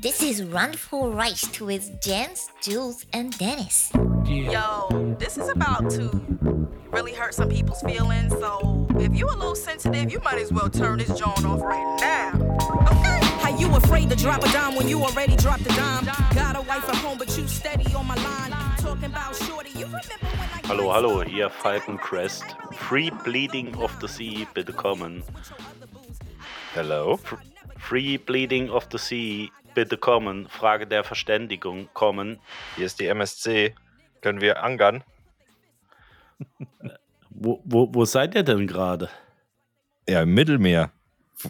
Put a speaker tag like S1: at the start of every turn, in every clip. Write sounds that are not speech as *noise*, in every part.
S1: This is Run for Rice with Jens, Jules, and Dennis.
S2: Yo, this is about to really hurt some people's feelings. So if you a little sensitive, you might as well turn this joint off right now. Okay?
S3: How you afraid to drop a dime when you already dropped a dime? Got a wife at home, but you steady on my line. Talking about shorty, you remember when I
S4: Hallo, hallo, hier Falcon Crest. Free Bleeding of the Sea, bitte kommen.
S5: Hello?
S4: Fr- Free Bleeding of the Sea, bitte kommen. Frage der Verständigung, kommen.
S5: Hier ist die MSC. Können wir angern?
S6: Wo, wo, wo seid ihr denn gerade?
S5: Ja, im Mittelmeer.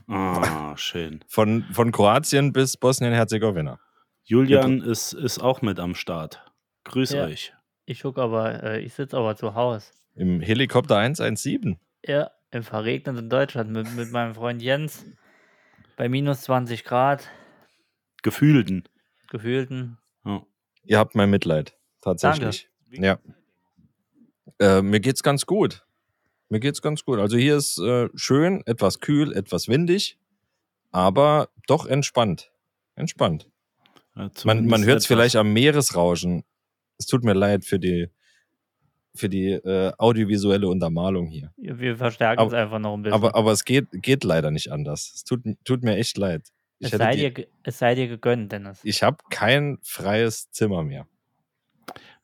S6: Ah, schön.
S5: Von, von Kroatien bis Bosnien-Herzegowina.
S6: Julian ist, ist auch mit am Start. Grüß
S7: Ja.
S6: euch.
S7: Ich guck aber, äh, ich sitze aber zu Hause.
S5: Im Helikopter 117.
S7: Ja, im verregneten Deutschland mit, mit meinem Freund Jens. Bei minus 20 Grad,
S6: Gefühlten.
S7: gefühlten.
S5: Ihr habt mein Mitleid. Tatsächlich. Ja. Äh, mir geht's ganz gut. Mir geht's ganz gut. Also hier ist äh, schön, etwas kühl, etwas windig, aber doch entspannt. Entspannt.
S6: Ja,
S5: Man, man
S6: zumindest
S5: hört es
S6: etwas.
S5: vielleicht am Meeresrauschen. Es tut mir leid für die, für die äh, audiovisuelle Untermalung hier.
S7: Wir verstärken es
S5: Aber-
S7: einfach noch ein bisschen.
S5: Aber, aber es geht, geht leider nicht anders. Es tut, tut mir echt leid.
S7: es,
S5: Ich, hätte
S7: sei
S5: die-
S7: dir, ge- es sei dir gegönnt, Dennis.
S5: ich habe kein freies Zimmer mehr.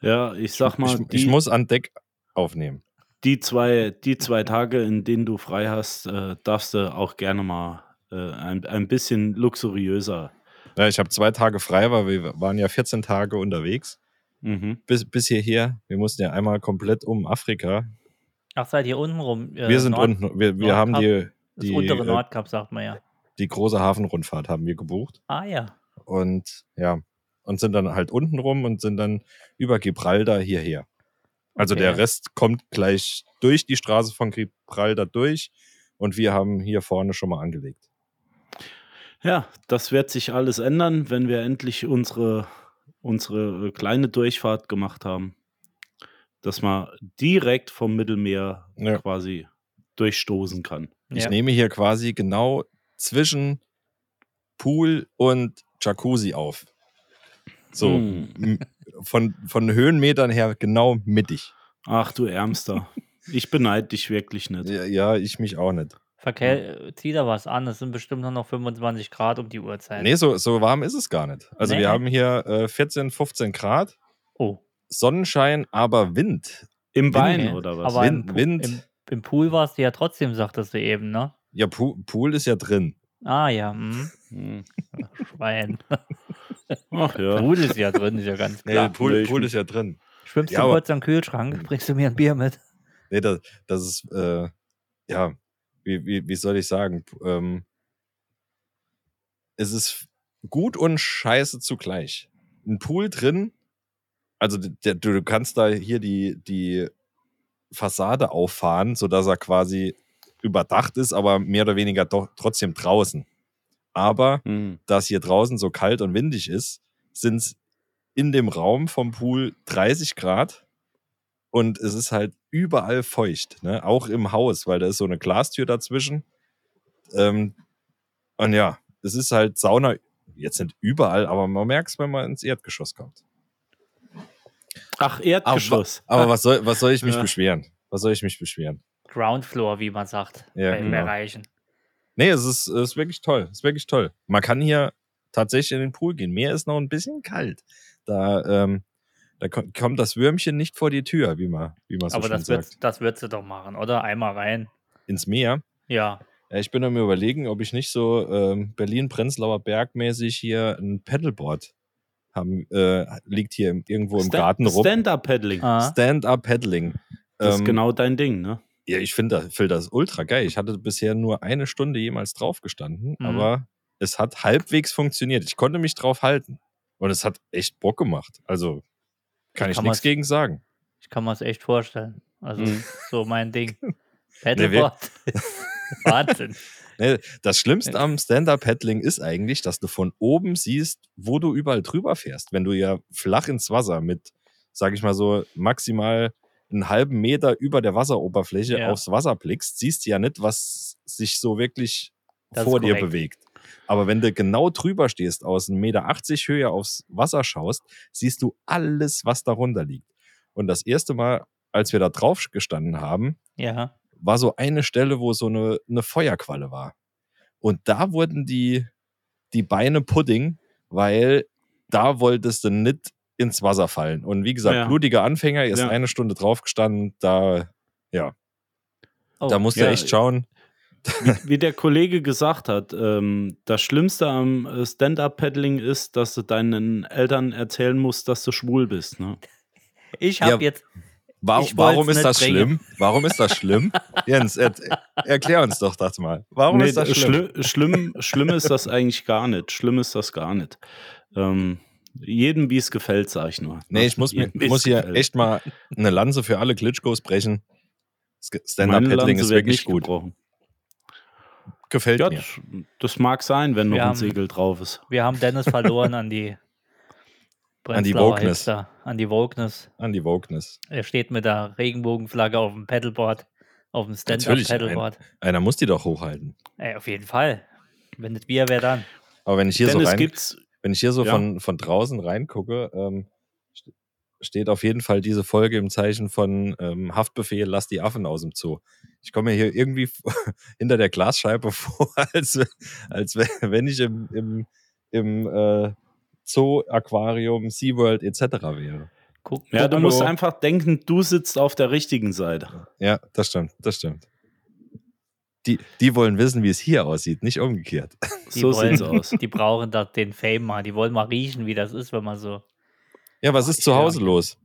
S6: Ja, ich sag mal,
S5: ich,
S6: die,
S5: ich muss an Deck aufnehmen.
S6: die, zwei, die zwei Tage, in denen du frei hast, äh, darfst du auch gerne mal äh, ein, ein bisschen luxuriöser.
S5: Ja, ich habe zwei Tage frei, weil wir waren ja 14 Tage unterwegs.
S6: Mhm.
S5: Bis, bis hierher. Wir mussten ja einmal komplett um Afrika.
S7: Ach, seid ihr unten rum? äh,
S5: wir sind
S7: Nord-
S5: unten. Wir, wir
S7: Nordkap-
S5: haben die,
S7: Das
S5: die,
S7: untere
S5: äh,
S7: Nordkap, sagt man ja.
S5: die große Hafenrundfahrt haben wir gebucht.
S7: Ah ja.
S5: und ja, und sind dann halt unten rum und sind dann über Gibraltar hierher. Also
S7: Okay.
S5: der Rest kommt gleich durch die Straße von Gibraltar durch und wir haben hier vorne schon mal angelegt.
S6: Ja, das wird sich alles ändern, wenn wir endlich unsere, unsere äh, kleine Durchfahrt gemacht haben. Dass man direkt vom Mittelmeer
S5: Ja.
S6: quasi durchstoßen kann.
S5: Ich
S7: ja.
S5: nehme hier quasi genau zwischen Pool und Jacuzzi auf. So,
S6: Hm.
S5: m- von, von Höhenmetern her genau mittig.
S6: Ach du Ärmster. ich beneide dich wirklich nicht.
S5: Ja, ja, ich mich auch nicht.
S7: Verkehr, äh, zieh da was an. Es sind bestimmt nur noch 25 Grad um die Uhrzeit.
S5: Nee, so, so warm ist es gar nicht. Also
S7: Nee.
S5: wir haben hier äh, 14, 15 Grad.
S7: Oh,
S5: Sonnenschein, aber Wind.
S6: Im Wein
S7: nee.
S6: oder was?
S7: Aber
S5: Wind, Wind.
S7: im, im Pool warst du ja trotzdem, sagtest du eben, ne?
S5: Ja, Pool, Pool ist ja drin.
S7: Ah ja, hm.
S6: Hm.
S7: Schwein.
S6: Ach ja.
S7: Pool ist ja drin, ist ja
S5: *laughs*
S7: ganz klar.
S6: Pool- Pool
S5: ist ja drin.
S7: Schwimmst
S5: Ja,
S7: du
S5: aber- Mhm.
S7: kurz am Kühlschrank, bringst du mir ein Bier mit.
S5: Nee, das, das ist, äh, ja, wie, wie, wie soll ich sagen? Ähm, es ist gut und scheiße zugleich. Ein Pool drin, also d- der, du du kannst da hier die, die Fassade auffahren, sodass er quasi überdacht ist, aber mehr oder weniger doch trotzdem draußen. Aber
S6: Hm.
S5: dass hier draußen so kalt und windig ist, sind es in dem Raum vom Pool 30 Grad und es ist halt überall feucht, ne? auch im Haus, weil da ist so eine Glastür dazwischen. Ähm, und ja, es ist halt Sauna, jetzt nicht überall, aber man merkt es, wenn man ins Erdgeschoss kommt.
S6: Ach, Erdgeschoss.
S5: Aber was soll, was soll ich mich
S6: Ja.
S5: beschweren? Was soll ich mich beschweren?
S7: Groundfloor, wie man sagt,
S5: Ja,
S7: bei
S5: genau.
S7: Bereichen.
S5: Nee, es ist, es ist wirklich toll. Es ist wirklich toll. Man kann hier tatsächlich in den Pool gehen. Mir ist noch ein bisschen kalt. Da, ähm, da ko- kommt das Würmchen nicht vor die Tür, wie man, wie man so
S7: Aber
S5: schön
S7: das
S5: sagt.
S7: wird, das würdest du doch machen, oder? Einmal rein.
S5: Ins Meer.
S7: Ja.
S5: Ja, ich bin am überlegen, ob ich nicht so ähm, Berlin-Prenzlauer Berg mäßig hier ein Paddleboard haben, äh, liegt hier im, irgendwo im
S6: Sta-
S5: Garten rum.
S6: Stand-up-Paddling.
S7: Ah.
S5: Stand-up-Paddling.
S6: Das ist
S5: Ähm,
S6: genau dein Ding, ne?
S5: Ja, ich finde das, find das ultra geil. Ich hatte bisher nur eine Stunde jemals drauf gestanden,
S7: Mhm.
S5: aber es hat halbwegs funktioniert. Ich konnte mich drauf halten. Und es hat echt Bock gemacht. Also kann
S7: Ich
S5: ich
S7: kann
S5: nichts
S7: mal-
S5: gegen sagen.
S7: Ich kann mir das echt vorstellen. Also,
S6: Mhm.
S7: so mein
S5: *laughs*
S7: Ding. Paddleboard. *laughs* Wahnsinn.
S5: Nee, das Schlimmste am Stand-Up-Paddling ist eigentlich, dass du von oben siehst, wo du überall drüber fährst. Wenn du ja flach ins Wasser mit, sag ich mal so, maximal einen halben Meter über der Wasseroberfläche
S7: Ja.
S5: aufs Wasser blickst, siehst du ja nicht, was sich so wirklich
S7: Das ist
S5: vor dir
S7: korrekt.
S5: bewegt. Aber wenn du genau drüber stehst, aus 1,80 Meter Höhe aufs Wasser schaust, siehst du alles, was darunter liegt. Und das erste Mal, als wir da drauf gestanden haben,
S7: Ja.
S5: war so eine Stelle, wo so eine, eine Feuerqualle war. Und da wurden die, die Beine Pudding, weil da wolltest du nicht ins Wasser fallen. Und wie gesagt,
S6: Ja.
S5: blutiger Anfänger, ist
S6: Ja.
S5: eine Stunde drauf gestanden, da,
S7: Oh.
S5: da musst
S6: Ja.
S5: du echt schauen.
S6: Wie der Kollege gesagt hat, ähm, das Schlimmste am äh, Stand-Up-Paddling ist, dass du deinen Eltern erzählen musst, dass du schwul bist. Ne?
S7: ich habe
S5: Ja.
S7: jetzt.
S5: Wa
S7: Ich wollt's
S5: warum ist
S7: nicht
S5: das
S7: bringen.
S5: schlimm? Warum ist das
S7: *laughs*
S5: schlimm? Jens, er erklär uns doch das mal. Warum
S6: Nee,
S5: ist das schlimm?
S6: schli- schlimm, schlimm ist das eigentlich gar nicht. Schlimm ist das gar nicht. Ähm, jedem, wie es gefällt, sag ich nur.
S5: Nee, ich muss, mir-
S6: Jedem, wie's
S5: muss hier
S6: gefällt.
S5: echt mal eine Lanze für alle Klitschkos brechen. Sk-
S6: Meine
S5: Stand-Up-Paddling
S6: Lanze
S5: ist
S6: wird
S5: wirklich
S6: nicht
S5: gut.
S6: gebrochen.
S5: Gefällt
S6: Ja,
S5: mir.
S6: das, das mag sein, wenn noch
S7: Wir
S6: ein
S7: haben-
S6: Segel drauf ist.
S7: Wir haben Dennis verloren an die.
S5: *laughs* An die
S7: Breslauer
S5: Wokeness.
S7: Hipster, An die Wokeness.
S5: An die Wokeness.
S7: Er steht mit der Regenbogenflagge auf dem Paddleboard. Auf dem
S5: Natürlich,
S7: Stand-Up-Paddleboard.
S5: Einer muss die doch hochhalten.
S7: Ey, auf jeden Fall. Wenn nicht wir, wer dann?
S5: Aber wenn ich hier
S6: Dennis,
S5: so rein,
S6: gibt's,
S5: wenn ich hier so
S6: Ja.
S5: von, von draußen reingucke, ähm, st- steht auf jeden Fall diese Folge im Zeichen von ähm, Haftbefehl, lass die Affen aus dem Zoo. Ich komme mir hier irgendwie *laughs* hinter der Glasscheibe *laughs* vor, als, als we- wenn ich im, im, im äh, Zoo, Aquarium, SeaWorld etc. wäre.
S7: Guck,
S6: ja, du
S7: guck-
S6: musst
S7: Hallo.
S6: einfach denken, du sitzt auf der richtigen Seite.
S5: Ja, das stimmt, das stimmt. Die, die wollen wissen, wie es hier aussieht, nicht umgekehrt.
S7: Die
S6: so
S7: wollen- Äh.
S6: sieht's aus.
S7: Die brauchen da den Fame mal. Die wollen mal riechen, wie das ist, wenn man so.
S5: Ja, was ist zu Hause los?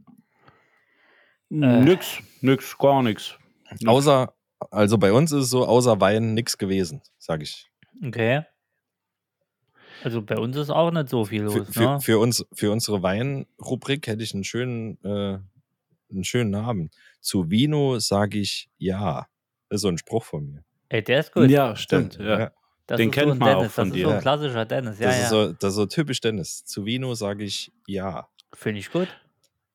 S7: Äh.
S6: Nix, nix, gar nix.
S7: Mhm.
S5: Außer, also bei uns ist es so, außer Wein nichts gewesen, sag ich.
S7: Okay. Also bei uns ist auch nicht so viel
S5: Für,
S7: los,
S5: für,
S7: ne?
S5: für, uns, für unsere Weinrubrik hätte ich einen schönen, äh, einen schönen Namen. Zu Vino sage ich ja. Das ist so ein Spruch von mir.
S7: Ey, der ist gut.
S6: Ja, stimmt.
S5: Ja.
S6: Ja.
S7: das
S6: den
S7: ist
S6: kennt
S7: so ein
S6: man auch
S7: Dennis.
S6: von
S7: das ist
S6: dir.
S7: so ein
S5: Ja.
S7: klassischer Dennis. Ja,
S5: das, Ist
S7: ja.
S5: so, das ist so typisch Dennis. Zu Vino sage ich ja.
S7: Finde ich gut.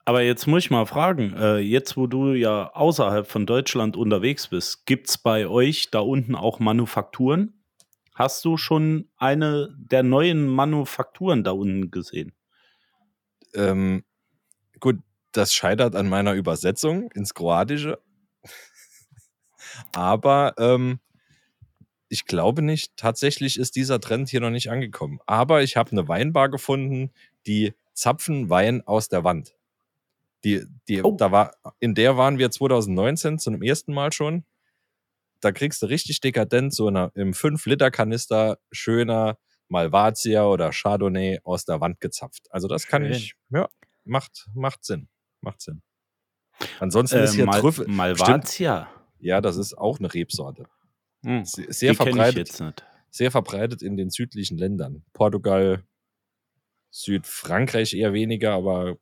S6: Aber jetzt muss ich mal fragen, äh, jetzt wo du ja außerhalb von Deutschland unterwegs bist, gibt's bei euch da unten auch Manufakturen? Hast du schon eine der neuen Manufakturen da unten gesehen?
S5: Ähm, gut, das scheitert an meiner Übersetzung ins Kroatische. *laughs* Aber ähm, ich glaube nicht, tatsächlich ist dieser Trend hier noch nicht angekommen. Aber ich habe eine Weinbar gefunden, die zapfen Wein aus der Wand. Die, die,
S6: Oh.
S5: da war, in der waren wir 2019 zum ersten Mal schon. Da kriegst du richtig dekadent so in einer, im 5-Liter-Kanister schöner Malvasia oder Chardonnay aus der Wand gezapft. Also das kann
S7: Schön.
S5: ich, ja, macht, macht Sinn. Macht Sinn. Ansonsten ist
S6: Äh,
S5: hier
S6: Mal-
S5: Trüffel.
S6: Malvasia.
S5: Ja, das ist auch eine Rebsorte.
S6: Hm.
S5: Se- Sehr
S6: Die kenne ich
S5: verbreitet
S6: jetzt nicht.
S5: sehr verbreitet in den südlichen Ländern. Portugal, Südfrankreich eher weniger, aber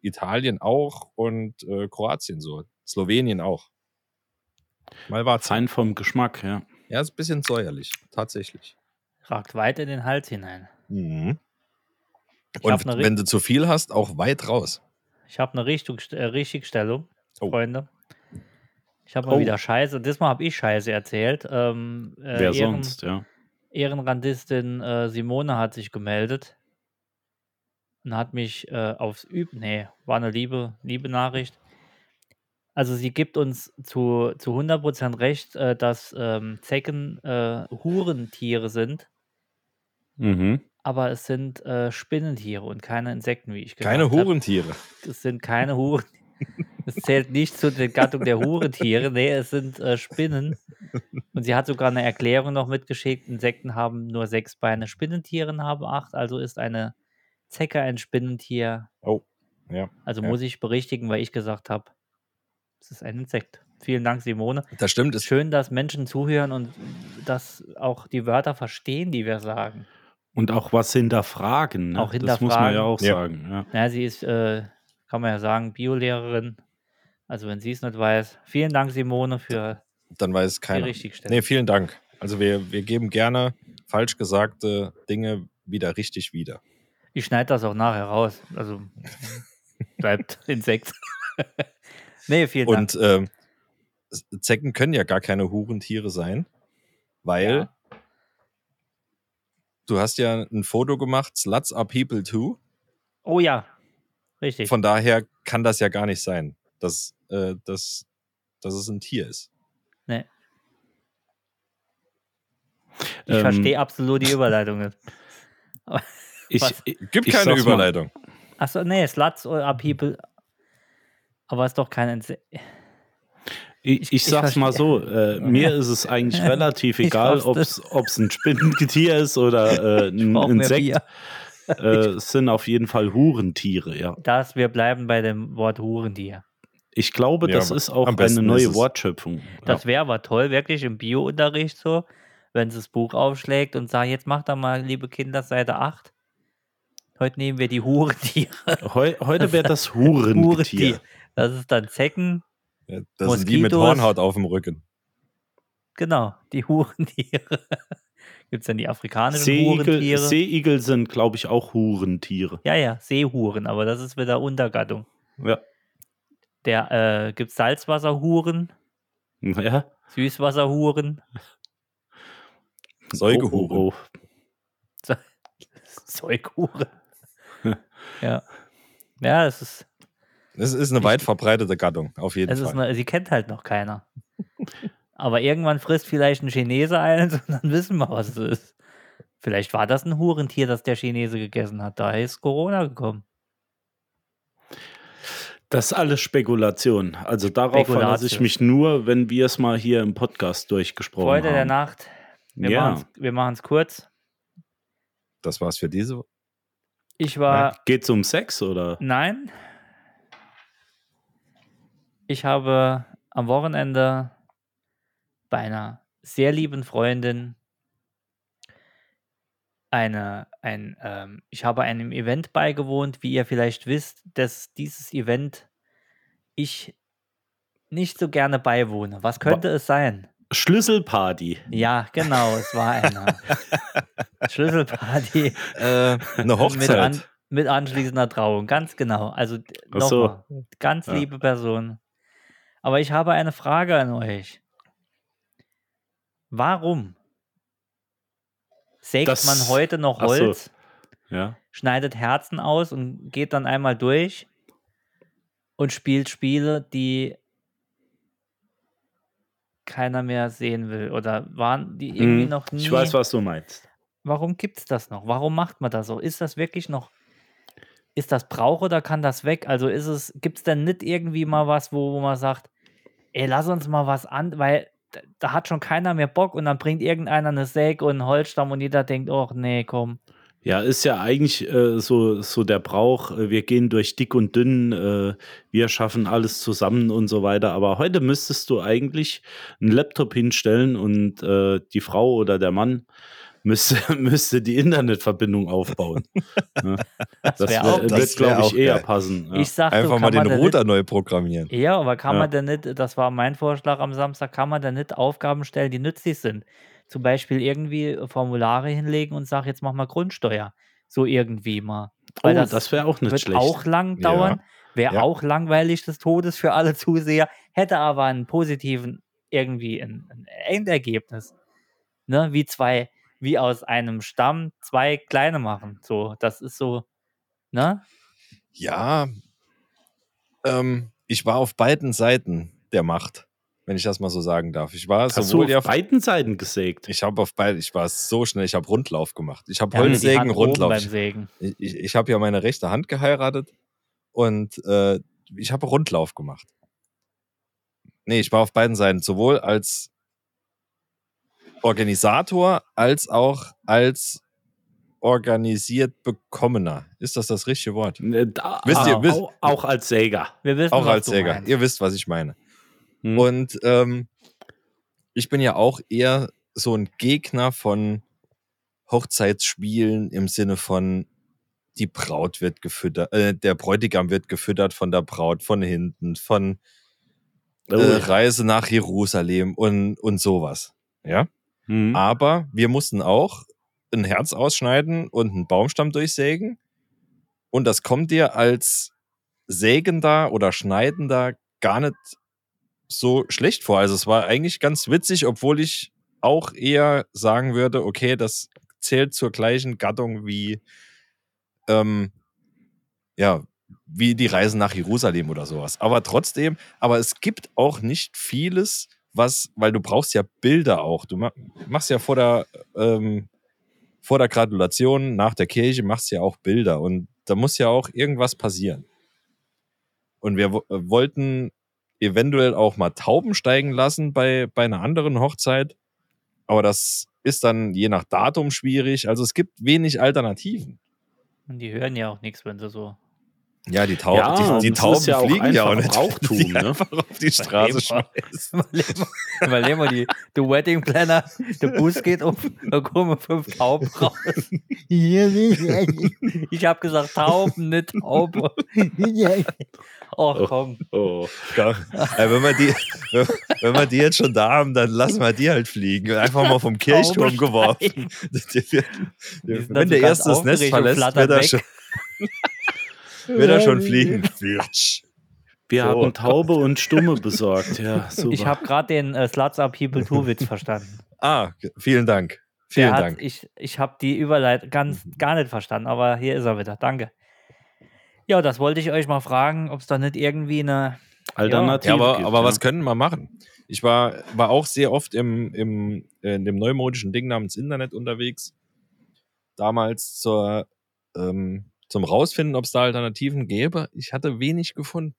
S5: Italien auch und äh, Kroatien so. Slowenien auch. Mal war's.
S6: Fein vom Geschmack, ja.
S5: Ja, ist ein bisschen säuerlich, tatsächlich.
S7: Ragt weit in den Hals hinein.
S5: Mhm.
S7: Ich hab
S5: Und
S6: ne,
S7: eine Re-
S5: wenn du zu viel hast, auch weit raus.
S7: Ich habe eine Richtung, äh, Richtigstellung,
S5: Oh.
S7: Freunde. Ich habe mal
S6: Oh.
S7: wieder Scheiße. Diesmal habe ich Scheiße erzählt. Ähm, äh,
S6: Wer
S7: Ehren-
S6: sonst, ja.
S7: Ehrenrandistin äh, Simone hat sich gemeldet und hat mich äh, aufs Üben. Nee, war eine liebe, liebe Nachricht. Also sie gibt uns zu, zu 100% recht, äh, dass ähm, Zecken äh, Hurentiere sind,
S6: Mhm.
S7: aber es sind äh, Spinnentiere und keine Insekten, wie ich
S6: Genau,
S7: gesagt
S5: Keine
S7: hab.
S5: Hurentiere.
S7: Es sind keine Huren. *laughs* Es zählt nicht zu der Gattung der Hurentiere. Nee, es sind äh, Spinnen. Und sie hat sogar eine Erklärung noch mitgeschickt. Insekten haben nur sechs Beine, Spinnentieren haben acht. Also ist eine Zecke ein Spinnentier.
S5: Oh, ja,
S7: Also
S5: ja.
S7: muss ich berichtigen, weil ich gesagt habe, es ist ein Insekt. Vielen Dank, Simone.
S5: Das stimmt. Ist,
S7: Schön, dass Menschen zuhören und dass auch die Wörter verstehen, die wir sagen.
S6: Und auch was hinterfragen. Ne?
S7: Auch
S6: Das muss
S7: hinterfragen.
S6: man ja auch
S5: Ja.
S6: sagen. Ja.
S7: Naja, sie ist, äh, kann man ja sagen, Biolehrerin. Also wenn sie es nicht weiß. Vielen Dank, Simone, für
S5: dann weiß keiner.
S7: die Richtigstellung.
S5: Nee, vielen Dank. Also wir, wir geben gerne falsch gesagte Dinge wieder richtig wieder.
S7: ich schneide das auch nachher raus.
S5: *laughs*
S7: Also bleibt Insekt. *laughs* nee, vielen Dank.
S5: Und ähm, S- Zecken können ja gar keine Hurentiere sein, weil
S7: Ja.
S5: du hast ja ein Foto gemacht, Sluts are people too.
S7: Oh ja, richtig.
S5: Von daher kann das ja gar nicht sein, dass, äh, dass, dass es ein Tier ist.
S7: ich
S6: ähm,
S7: verstehe absolut die Überleitung
S5: *laughs*
S7: nicht.
S6: Ich,
S7: Was?
S6: ich,
S5: Gibt
S6: Ich
S5: keine
S6: sag's mal.
S5: Überleitung.
S7: Achso, nee, Sluts oder Upheeple. Aber ist doch kein Entse
S6: ich, ich sag's
S7: verste-
S6: mal so, äh, mir ist
S7: *laughs*
S6: es eigentlich relativ egal,
S7: Ich raff's
S6: ob's ob's ein Spinnentier
S7: *laughs*
S6: ist oder äh, ein
S7: brauch mehr
S6: Insekt.
S7: Bier.
S6: Äh,
S7: *laughs*
S6: es sind auf jeden Fall Hurentiere, ja.
S7: Das, wir bleiben bei dem Wort Hurendier.
S6: Ich glaube,
S5: Ja,
S6: das
S5: aber
S6: ist auch
S5: am
S6: eine
S5: besten ist
S6: neue
S5: es-
S6: Wortschöpfung.
S7: Das wäre aber toll, wirklich im Biounterricht so, wenn sie das Buch aufschlägt und sagt, jetzt macht da mal, liebe Kinder, Seite 8. Heute nehmen wir die Hurentiere.
S6: ja. Heu, heute
S7: *laughs*
S6: wäre das *laughs* Hurentier.
S7: Das ist dann Zecken.
S5: Ja, Das sind die mit
S7: Moskitos.
S5: Hornhaut auf dem Rücken.
S7: Genau, die *laughs* Hurentiere. Gibt es dann die afrikanischen
S6: Seeigel,
S7: Hurentiere?
S6: Seeigel sind, glaube ich, auch Hurentiere.
S7: ja, ja, Seehuren, aber das ist wieder Untergattung.
S6: Ja.
S7: Der äh, gibt Salzwasserhuren,
S6: ja.
S7: Süßwasserhuren,
S5: Säugehure.
S6: Oh, oh,
S7: *laughs* Zeughure. ja. Ja, es ist,
S5: Das ist eine weit verbreitete Gattung, auf jeden
S7: es ist
S5: Fall.
S7: eine, sie kennt halt noch keiner. Aber irgendwann frisst vielleicht ein *laughs* Chinese eins und dann wissen wir, was es ist. Vielleicht war das ein Hurentier, das der Chinese gegessen hat. Daher ist Corona gekommen.
S6: oh. Das ist alles Spekulation. Also darauf verlasse ich
S7: Spekulation.
S6: mich nur, wenn wir es mal hier im Podcast
S5: Oh
S6: durchgesprochen
S7: Freude
S6: haben.
S7: der Nacht. Wir
S6: ja.
S7: machen's- wir machen es kurz.
S5: Das war's für diese Woche.
S7: Ich war
S6: Geht's um Sex oder?
S7: Nein. Ich habe am Wochenende bei einer sehr lieben Freundin eine, ein, ähm, ich habe einem Event beigewohnt, wie ihr vielleicht wisst, dass dieses Event ich nicht so gerne beiwohne. Was könnte es sein?
S6: Schlüsselparty.
S7: Ja, genau, es war eine Schlüsselparty
S5: Äh, eine
S7: *laughs* mit, an,
S5: Hochzeit.
S7: mit anschließender Trauung, ganz genau. Also d-
S6: Ach so.
S7: nochmal, ganz
S6: Ja.
S7: liebe Person. Aber ich habe eine Frage an euch. Warum sägt
S6: Das-
S7: man heute noch
S6: ach so.
S7: Holz,
S6: Ja.
S7: schneidet Herzen aus und geht dann einmal durch und spielt Spiele, die keiner mehr sehen will oder waren die irgendwie
S6: Hm,
S7: noch nie
S6: Ich weiß, was du meinst.
S7: warum gibt es das noch? Warum macht man das so? Ist das wirklich noch, ist das Brauch oder kann das weg? Also ist es, gibt es denn nicht irgendwie mal was, wo, wo man sagt, ey, lass uns mal was an, weil da, da hat schon keiner mehr Bock und dann bringt irgendeiner eine Säge und einen Holzstamm und jeder denkt, oh nee, komm.
S6: Ja, ist ja eigentlich äh, so, so der Brauch, äh, wir gehen durch dick und dünn, äh, wir schaffen alles zusammen und so weiter. Aber heute müsstest du eigentlich einen Laptop hinstellen und äh, die Frau oder der Mann müsste, *laughs* müsste die Internetverbindung aufbauen. ja. Das,
S7: wär
S6: wär- äh,
S7: auch-
S6: wird,
S5: Das wär
S6: glaube ich,
S5: auch
S6: eher
S5: geil.
S6: passen. Ja.
S7: Ich sagte,
S5: Einfach
S7: kann
S5: mal den
S7: man denn
S5: Router neu programmieren.
S7: Nicht, ja, aber kann
S6: Ja.
S7: man denn nicht, das war mein Vorschlag am Samstag, kann man denn nicht Aufgaben stellen, die nützlich sind? Zum Beispiel irgendwie Formulare hinlegen und sag, jetzt mach mal Grundsteuer. So irgendwie mal.
S6: oh,
S7: Weil
S6: das, wäre auch nicht
S7: wird
S6: schlecht.
S7: auch lang
S5: Ja.
S7: dauern, wäre
S5: Ja.
S7: auch langweilig des Todes für alle Zuseher, hätte aber einen positiven, irgendwie ein, ein Endergebnis. Ne? Wie zwei, wie aus einem Stamm zwei kleine machen. So, das ist so, ne?
S5: Ja, ähm, ich war auf beiden Seiten der Macht, wenn ich das mal so sagen darf. Ich war
S6: Hast du
S5: sowohl ja
S6: auf beiden Seiten gesägt?
S5: ich habe auf beiden, ich war so schnell, ich habe Rundlauf gemacht. Ich habe
S7: Ja, mit die
S5: Holzsägen,
S7: Hand oben
S5: Rundlauf.
S7: Beim Sägen.
S5: Ich, ich, ich habe ja meine rechte Hand geheiratet und äh, ich habe Rundlauf gemacht. Nee, ich war auf beiden Seiten, sowohl als Organisator als auch als organisiert Bekommener. Ist das das richtige Wort?
S6: Äh, da-
S5: Wisst ihr,
S6: ah,
S5: wisst-
S6: auch, auch als Säger.
S7: Wir wissen,
S5: Auch
S7: was
S5: als
S7: du
S5: Jäger.
S7: meinst.
S5: Ihr wisst, was ich meine.
S6: Hm.
S5: Und ähm, ich bin ja auch eher so ein Gegner von Hochzeitsspielen im Sinne von die Braut wird gefüttert, äh, der Bräutigam wird gefüttert von der Braut von hinten, von
S6: Oh.
S5: äh, Reise nach Jerusalem und, und sowas. Ja.
S6: Hm.
S5: Aber wir mussten auch ein Herz ausschneiden und einen Baumstamm durchsägen. Und das kommt dir als sägender oder schneidender gar nicht so schlecht vor. Also es war eigentlich ganz witzig, obwohl ich auch eher sagen würde, okay, das zählt zur gleichen Gattung wie, ähm, ja, wie die Reisen nach Jerusalem oder sowas. Aber trotzdem, aber es gibt auch nicht vieles, was, weil du brauchst ja Bilder auch. Du ma- machst ja vor der, ähm, vor der Gratulation, nach der Kirche, machst ja auch Bilder und da muss ja auch irgendwas passieren. Und wir wo- äh, wollten eventuell auch mal Tauben steigen lassen bei, bei einer anderen Hochzeit, aber das ist dann je nach Datum schwierig. Also es gibt wenig Alternativen.
S7: Und die hören ja auch nichts, wenn sie so.
S5: Ja, die Tauben,
S6: Ja, und
S5: die, die
S6: es
S5: Tauben
S6: ist ja auch
S5: fliegen ja auch
S6: einfach
S5: nicht. *laughs*
S6: Brauchtum,
S5: wenn die
S6: ne?
S5: einfach auf die Straße
S7: Überlebbar. *laughs*
S5: schmeißen.
S7: Überlegen wir- Überlegen wir die, der Wedding Planner, der Bus geht um, da kommen fünf Tauben raus. *laughs* Ich habe gesagt, Tauben, nicht Taube. Oh, komm.
S6: Oh.
S5: Ja, wenn, wir die, wenn, wenn wir die jetzt schon da haben, dann lassen wir die halt fliegen. Einfach mal vom Kirchturm *laughs* geworfen.
S7: Oh, Die sind
S5: wenn
S7: dann so
S5: der
S7: ganz
S5: erste das
S7: aufgeregt
S5: Nest
S7: und
S5: verlässt,
S7: flattern
S5: wird er,
S7: weg.
S5: schon,
S7: *laughs*
S5: wird er schon fliegen. Flatsch.
S6: Wir
S5: Oh
S6: haben
S5: Gott.
S6: Taube und Stumme besorgt.
S5: *laughs*
S6: Ja, super.
S7: Ich habe gerade den äh, Sluts Up People Tour Witz verstanden.
S5: Ah, g- vielen Dank.
S7: Der
S5: Vielen
S7: hat,
S5: Dank. Mhm.
S7: Ich, ich habe die Überleitung ganz gar nicht verstanden, aber hier ist er wieder. Danke. Ja, das wollte ich euch mal fragen, ob es da nicht irgendwie eine.
S6: Alternative.
S5: Ja, aber,
S6: gibt,
S5: aber
S6: ja.
S5: was können wir machen? Ich war, war auch sehr oft im, im, in dem neumodischen Ding namens Internet unterwegs. Damals zur, ähm, zum Rausfinden, ob es da Alternativen gäbe. Ich hatte wenig gefunden.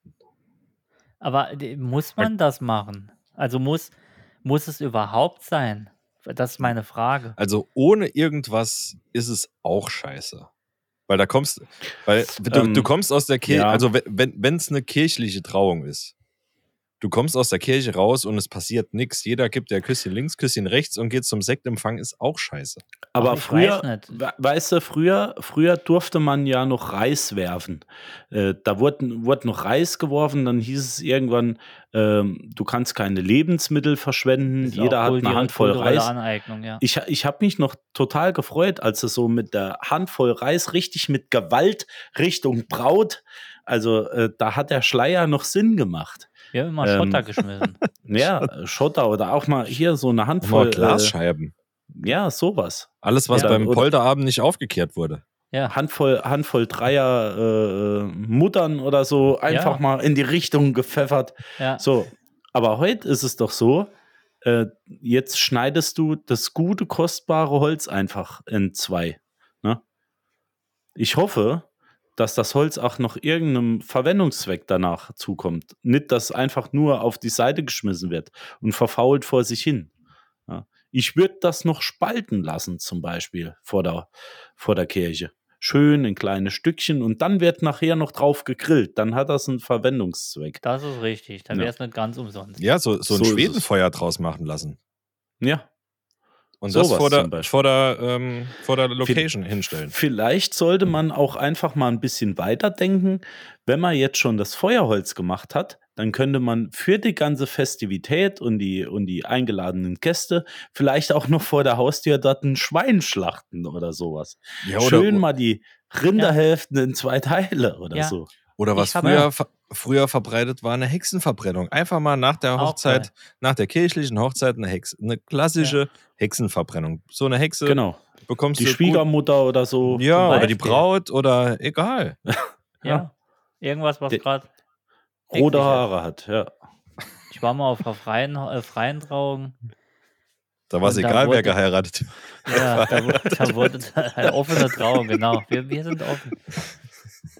S7: Aber die- muss man das machen? Also muss, muss es überhaupt sein? Das ist meine Frage.
S5: Also ohne irgendwas ist es auch scheiße. Weil da kommst, weil du,
S6: Ähm,
S5: du kommst aus der Kirche,
S6: ja.
S5: also we- wenn es eine kirchliche Trauung ist, du kommst aus der Kirche raus und es passiert nichts. Jeder gibt der Küsschen links, Küsschen rechts und geht zum Sektempfang, ist auch scheiße.
S6: Aber
S7: Ich
S6: früher,
S7: weiß nicht.
S6: we- weißt du, früher, früher durfte man ja noch Reis werfen. Äh, da wurden, wurde noch Reis geworfen, dann hieß es irgendwann, ähm, du kannst keine Lebensmittel verschwenden,
S7: Ist
S6: jeder
S7: auch
S6: hat
S7: kultu-
S6: eine Handvoll
S7: kulturelle
S6: Reis.
S7: Aneignung, ja.
S6: Ich, ich habe mich noch total gefreut, als es so mit der Handvoll Reis richtig mit Gewalt Richtung Braut, also äh, da hat der Schleier noch Sinn gemacht.
S7: Wir haben immer
S6: Ähm,
S7: Schotter
S6: *laughs*
S7: geschmissen.
S6: Ja, äh, Schotter oder auch mal hier so eine
S5: Voll
S6: Handvoll. Äh,
S5: Glasscheiben.
S6: ja, sowas.
S5: Alles, was
S6: Ja,
S5: beim
S6: oder-
S5: Polterabend nicht aufgekehrt wurde.
S7: Ja.
S6: Handvoll, Handvoll Dreier äh, Muttern oder so einfach
S7: Ja.
S6: mal in die Richtung gepfeffert.
S7: ja.
S6: So, aber heute ist es doch so, äh, jetzt schneidest du das gute, kostbare Holz einfach in zwei. Ne? Ich hoffe, dass das Holz auch noch irgendeinem Verwendungszweck danach zukommt. Nicht, dass einfach nur auf die Seite geschmissen wird und verfault vor sich hin. Ja? Ich würde das noch spalten lassen, zum Beispiel vor der, vor der Kirche. Schön in kleine Stückchen und dann wird nachher noch drauf gegrillt. Dann hat das einen Verwendungszweck.
S7: Das ist richtig. Dann
S6: Ja.
S7: wäre es nicht ganz umsonst.
S5: Ja, so, so ein
S6: So ist es.
S5: Schwedenfeuer draus machen lassen.
S6: Ja.
S5: Und das
S6: Sowas
S5: vor
S6: zum
S5: der,
S6: Beispiel.
S5: vor, der, ähm, vor der Location hinstellen.
S6: Vielleicht sollte man auch einfach mal ein bisschen weiterdenken. Wenn man jetzt schon das Feuerholz gemacht hat, dann könnte man für die ganze Festivität und die, und die eingeladenen Gäste vielleicht auch noch vor der Haustür dort ein Schwein schlachten oder sowas.
S5: Ja,
S6: Schön mal die Rinderhälften in zwei Teile *laughs* oder
S7: Ja.
S6: so.
S5: Oder was
S7: Ich hab-
S5: früher, ver- früher verbreitet war, eine Hexenverbrennung. Einfach mal nach der
S7: Auch
S5: Hochzeit, nach der kirchlichen Hochzeit eine Hex, eine klassische Hexenverbrennung. So eine Hexe
S6: Genau.
S5: bekommst
S6: Die
S5: du.
S6: Schwiegermutter oder so.
S5: Gut, ja,
S7: zum
S5: oder die
S7: Beispiel.
S5: Braut oder egal.
S7: Ja. Irgendwas, was
S6: De-
S7: gerade.
S6: Rote Haare hat, ja.
S7: Ich war mal auf einer freien, äh, freien Trauung.
S5: Da war es
S7: Und Also da
S5: egal, wer
S7: wurde-
S5: geheiratet.
S7: Ja,
S6: *laughs*
S7: da, wu- da wurde *laughs* eine offene Trauung, genau. Wir, wir sind offen.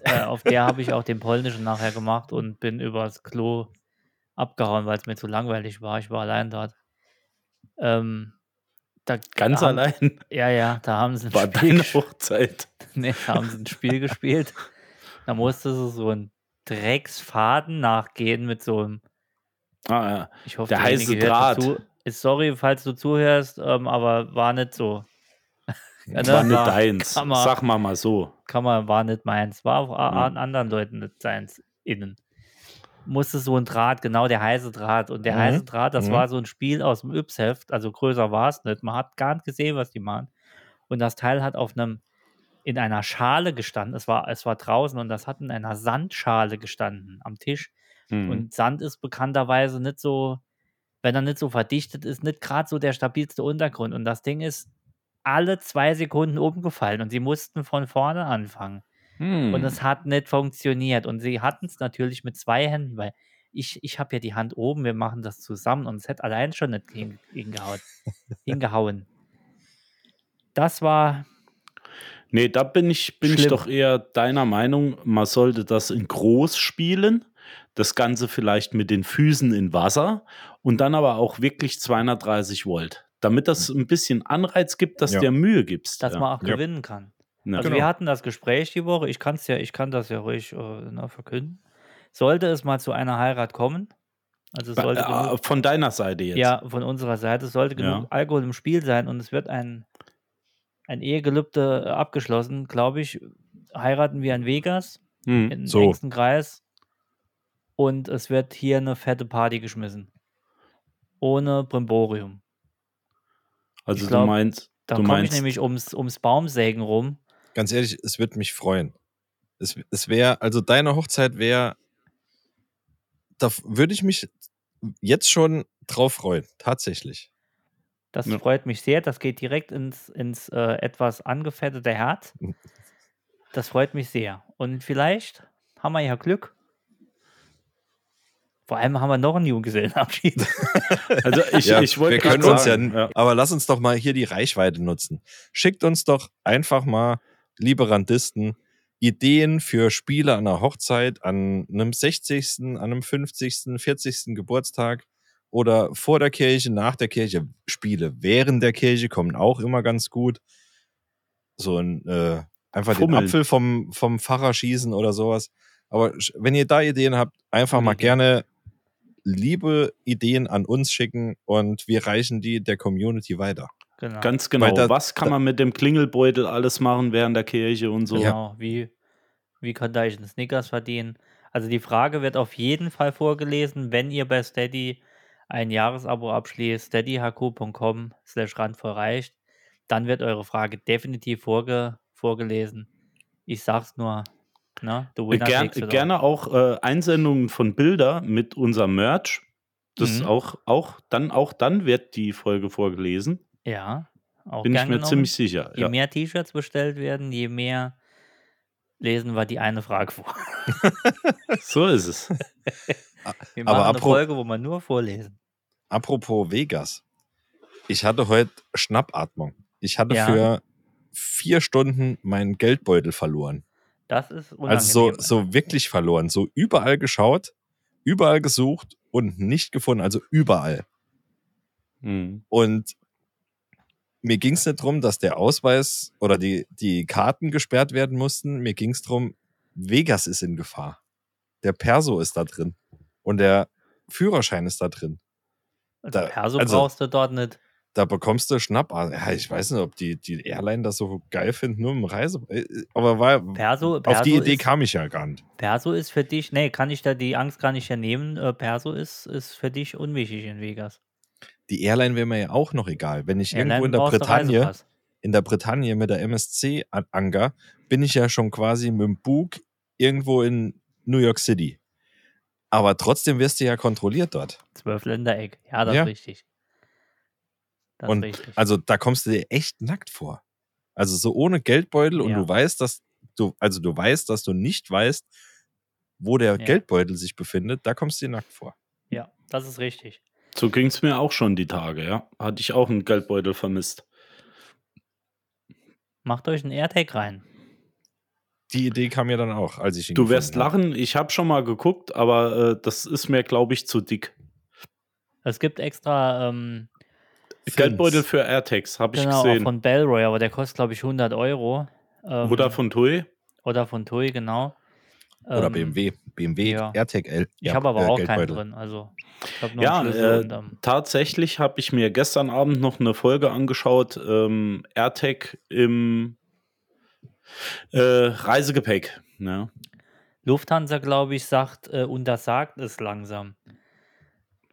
S7: Äh, auf der habe ich auch den polnischen nachher gemacht und bin übers Klo abgehauen, weil es mir zu langweilig war. Ich war allein dort. Ähm, da
S6: Ganz
S7: haben,
S5: *laughs*
S6: allein
S7: Ja, ja, da haben sie ein
S6: bei
S7: Spiel
S6: deiner
S7: gespielt.
S6: Hochzeit.
S7: Nee, da haben sie ein Spiel gespielt. Da musste sie so einen Drecksfaden nachgehen mit so einem.
S6: Ah, ja.
S7: Ich hoffe,
S6: Der
S7: derjenige
S6: heiße
S7: hört
S6: Draht.
S7: es zu. Ist Sorry, falls du zuhörst, ähm, aber war nicht so. Ja, *laughs* ne?
S6: War nicht deins.
S7: kann man-
S6: Sag mal mal so.
S7: kann man, war nicht meins, war auch a-
S5: Mhm.
S6: Ja.
S7: an anderen Leuten nicht seins innen. Musste so ein Draht, genau der heiße Draht. Und der
S5: Mhm.
S7: heiße Draht, das
S5: Mhm.
S7: war so ein Spiel aus dem Yps-Heft, also größer war es nicht. Man hat gar nicht gesehen, was die machen. Und das Teil hat auf einem, in einer Schale gestanden. Es war, es war draußen und das hat in einer Sandschale gestanden am Tisch.
S6: Mhm.
S7: Und Sand ist bekannterweise nicht so, wenn er nicht so verdichtet ist, nicht gerade so der stabilste Untergrund. Und das Ding ist alle zwei Sekunden umgefallen und sie mussten von vorne anfangen.
S8: Hm.
S6: Mhm.
S7: Und es hat nicht funktioniert. Und sie hatten es natürlich mit zwei Händen, weil ich, ich habe ja die Hand oben, wir machen das zusammen und es hätte allein schon nicht hin, hingehauen. hingehauen. Das war
S6: Nee, da bin ich, bin ich
S7: Schlimm.
S6: doch eher deiner Meinung, man sollte das in groß spielen, das Ganze vielleicht mit den Füßen in Wasser und dann aber auch wirklich 230 Volt, damit das
S7: Hm.
S6: ein bisschen Anreiz gibt, dass
S5: Ja.
S6: dir Mühe gibst.
S7: dass
S6: ja. Ne.
S7: man auch
S5: Ja.
S7: gewinnen kann.
S6: Ja. genau.
S7: Also wir hatten das Gespräch die Woche, ich kann's ja, ich kann das ja ruhig äh, ne, verkünden. Sollte es mal zu einer Heirat kommen, also es
S6: Ba-
S7: sollte
S6: äh,
S7: genug,
S6: Von deiner Seite jetzt.
S7: ja, von unserer Seite, es sollte genug
S6: Ja.
S7: Alkohol im Spiel sein und es wird ein, ein Ehegelübde äh, abgeschlossen, glaube ich, heiraten wir in Vegas,
S6: Hm.
S7: im
S5: So.
S7: engsten Kreis und es wird hier eine fette Party geschmissen. Ohne Brimborium.
S6: Also
S7: ich glaub,
S6: du meinst,
S7: Da
S6: du
S7: komme ich
S6: meinst,
S7: nämlich ums, ums Baumsägen rum.
S5: Ganz ehrlich, es wird mich freuen. Es, es wäre, also deine Hochzeit wäre, da f- würde ich mich jetzt schon drauf freuen, tatsächlich.
S7: Das
S6: Ja.
S7: freut mich sehr. Das geht direkt ins, ins äh, etwas angefettete Herz.
S6: Mhm.
S7: Das freut mich sehr. Und vielleicht haben wir ja Glück. Vor allem haben wir noch einen Junggesellenabschied.
S6: *laughs* *laughs* also ich,
S5: *laughs* Ja,
S6: ich wollte
S5: wir können
S6: grad
S5: uns ja
S6: sagen, ja,
S5: Aber lass uns doch mal hier die Reichweite nutzen. Schickt uns doch einfach mal, liebe Randisten, Ideen für Spiele an einer Hochzeit, an einem 60., an einem 50., 40. Geburtstag oder vor der Kirche, nach der Kirche. Spiele während der Kirche kommen auch immer ganz gut. So ein äh, einfach
S6: Fummeln.
S5: den Apfel vom, vom Pfarrer schießen oder sowas. Aber sch- wenn ihr da Ideen habt, einfach mal
S7: Gute
S5: gerne liebe Ideen an uns schicken und wir reichen die der Community weiter.
S7: Genau.
S6: Ganz genau.
S5: Weil da-
S6: Was kann
S5: da-
S6: man mit dem Klingelbeutel alles machen während der Kirche und so?
S7: genau. Wie, wie kann da ich einen Snickers verdienen? Also die Frage wird auf jeden Fall vorgelesen, wenn ihr bei Steady ein Jahresabo abschließt, steadyhq.com slash randvoll reicht, dann wird eure Frage definitiv vorge vorgelesen. Ich sag's nur, ne? Du
S6: Gern, gerne auch äh, Einsendungen von Bilder mit unserem Merch. Das
S7: Mhm.
S6: auch, auch dann, auch dann wird die Folge vorgelesen.
S7: Ja, auch
S6: Bin ich mir
S7: gern genommen.
S6: ziemlich sicher.
S7: Je
S6: Ja.
S7: mehr T-Shirts bestellt werden, je mehr lesen wir die eine Frage vor. *laughs*
S6: *laughs* So ist es.
S7: Wir
S5: Aber
S7: machen eine
S5: apro-
S7: Folge, wo wir nur vorlesen.
S5: Apropos Vegas. Ich hatte heute Schnappatmung. Ich hatte
S7: Ja.
S5: für vier Stunden meinen Geldbeutel verloren.
S7: Das ist unangenehm.
S5: Also so, so wirklich verloren. So überall geschaut, überall gesucht und nicht gefunden. Also überall.
S6: Mhm.
S5: Und mir ging es nicht drum, dass der Ausweis oder die, die Karten gesperrt werden mussten. Mir ging es drum, Vegas ist in Gefahr. Der Perso ist da drin. Und der Führerschein ist da drin.
S7: Also
S5: Da-
S7: Perso
S5: also-
S7: brauchst du dort nicht.
S5: Da bekommst du Schnapp. ah, Ja, ich weiß nicht, ob die, die Airline das so geil findet, nur im Reise. äh, Aber war,
S7: Perso, Perso
S5: auf die Idee
S7: ist,
S5: kam ich ja gar nicht.
S7: Perso ist für dich, nee, kann ich da die Angst gar nicht ernehmen. äh, Perso ist, ist für dich unwichtig in Vegas.
S5: Die Airline wäre mir ja auch noch egal. Wenn ich
S7: Airline
S5: irgendwo in der
S7: brauchst du halt
S5: Bretagne,
S7: Reisepass.
S5: in der Bretagne mit der MSC an Anker, bin ich ja schon quasi mit dem Bug irgendwo in New York City. Aber trotzdem wirst du ja kontrolliert dort.
S7: Zwölf Ländereck. Ja, das
S5: Ja.
S7: ist richtig. Das
S5: Und
S7: ist richtig.
S5: Also da kommst du dir echt nackt vor. Also so ohne Geldbeutel und
S7: Ja.
S5: du weißt, dass du, also du weißt, dass du nicht weißt, wo der
S7: Ja.
S5: Geldbeutel sich befindet, da kommst du dir nackt vor.
S7: ja, das ist richtig.
S6: So ging es mir auch schon die Tage, ja. Hatte ich auch einen Geldbeutel vermisst.
S7: Macht euch einen AirTag rein.
S5: Die Idee kam ja dann auch, als ich ihn
S6: Du wirst
S5: gefunden
S6: lachen, ich habe schon mal geguckt, aber äh, das ist mir, glaube ich, zu dick.
S7: Es gibt extra ähm,
S5: Fins.
S6: Geldbeutel für AirTags, habe ich
S7: genau, auch
S6: gesehen.
S7: von Bellroy, aber der kostet, glaube ich, 100 Euro. Ähm,
S6: Oder von Tui.
S7: Oder von Tui, genau.
S5: habe. Oder
S7: Ähm,
S5: BMW, BMW,
S7: ja.
S5: AirTag L.
S7: Ich
S5: Ja,
S7: habe aber
S5: äh,
S7: auch keinen
S5: Geldbeutel.
S7: drin. Also, ich habe nur
S6: Ja,
S7: einen
S6: äh,
S7: Schlüssel und, ähm,
S6: Tatsächlich habe ich mir gestern Abend noch eine Folge angeschaut, ähm, AirTag im äh, Reisegepäck. Ne?
S7: Lufthansa, glaube ich, sagt, äh, untersagt es langsam.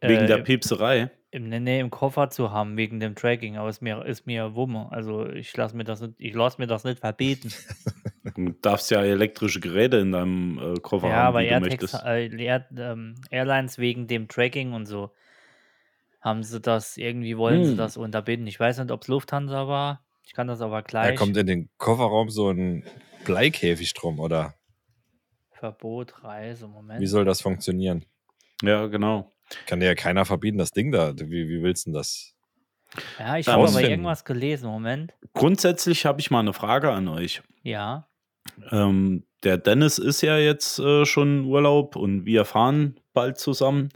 S6: Wegen
S7: Äh,
S6: der
S7: im-
S6: Piepserei.
S7: im, ne, nee, nee, im Koffer zu haben, wegen dem Tracking, aber ist mir, ist mir Wumme. Also ich lasse mir das nicht, ich lasse mir das nicht verbieten.
S6: Du darfst ja elektrische Geräte in deinem äh, Koffer
S7: ja,
S6: haben,
S7: aber
S6: wie du
S7: Airtex,
S6: möchtest.
S7: äh, Air, ähm, Airlines wegen dem Tracking und so haben sie das, irgendwie wollen sie
S6: Hm.
S7: das unterbinden. Ich weiß nicht, ob es Lufthansa war. Ich kann das aber
S5: Da
S7: gleich.
S5: kommt in den Kofferraum so ein Bleikäfig drum, oder?
S7: Verbot, Reise, Moment.
S5: Wie soll das funktionieren?
S6: Ja, genau.
S5: Kann dir ja keiner verbieten, das Ding da. Wie, wie willst du denn das?
S7: ja, ich
S6: da
S7: habe aber
S5: rausfinden?
S7: irgendwas gelesen. Moment.
S6: Grundsätzlich habe ich mal eine Frage an euch.
S7: Ja.
S6: Ähm, der Dennis ist ja jetzt äh, schon in Urlaub und wir fahren bald zusammen.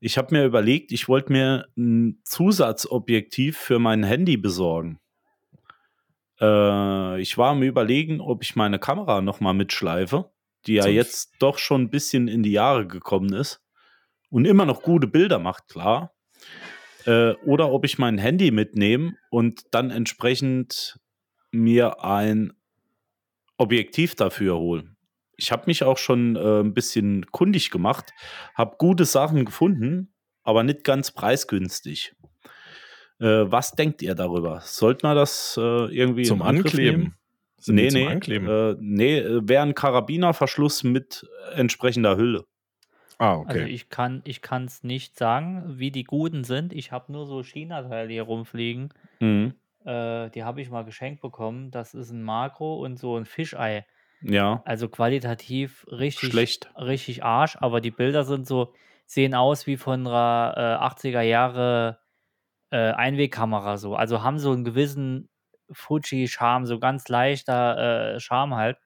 S6: Ich habe mir überlegt, ich wollte mir ein Zusatzobjektiv für mein Handy besorgen. Äh, ich war am Überlegen, ob ich meine Kamera nochmal mitschleife, die ja
S5: Zum-
S6: jetzt doch schon ein bisschen in die Jahre gekommen ist und immer noch gute Bilder macht, klar. Äh, oder ob ich mein Handy mitnehme und dann entsprechend mir ein Objektiv dafür holen. Ich habe mich auch schon äh, ein bisschen kundig gemacht, habe gute Sachen gefunden, aber nicht ganz preisgünstig. Äh, was denkt ihr darüber? Sollte man das äh, irgendwie
S5: Zum
S6: in Angriff nehmen?
S5: Ankleben. Sind die
S6: nee,
S5: zum
S6: nee,
S5: Ankleben.
S6: Äh, nee, äh, wäre ein Karabinerverschluss mit äh, entsprechender Hülle.
S5: ah,
S7: Also
S5: okay.
S7: ich kann ich kann es nicht sagen, wie die guten sind. Ich habe nur so China-Teile hier rumfliegen.
S5: Mhm.
S7: Äh, die habe ich mal geschenkt bekommen. Das ist ein Makro und so ein Fischei.
S6: Ja,
S7: Also qualitativ richtig
S6: schlecht.
S7: richtig Arsch, aber die Bilder sind so, sehen aus wie von einer äh, 80er Jahre äh, Einwegkamera so. Also haben so einen gewissen Fuji-Charme, so ganz leichter äh, Charme halt.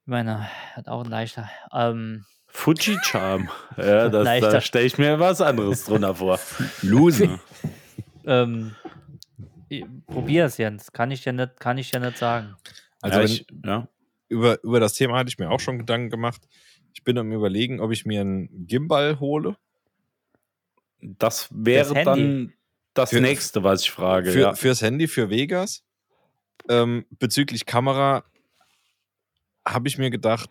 S7: Ich meine, hat auch ein leichter. Ähm,
S6: Fuji
S5: *laughs*
S6: Charm. ja, das,
S7: Leichter.
S6: da stelle ich mir was anderes drunter vor.
S5: Lusen.
S7: ähm, i- probier es, Jens. Kann ich dir nicht, kann ich dir nicht sagen.
S5: Also
S6: ja,
S5: wenn,
S6: ich, ja.
S5: über, über das Thema hatte ich mir auch schon Gedanken gemacht. Ich bin am überlegen, ob ich mir einen Gimbal hole.
S6: Das wäre
S7: Handy.
S6: dann das
S5: Für-
S6: nächste, was ich frage.
S5: für,
S6: ja.
S5: Fürs Handy, für Vegas. Ähm, bezüglich Kamera habe ich mir gedacht,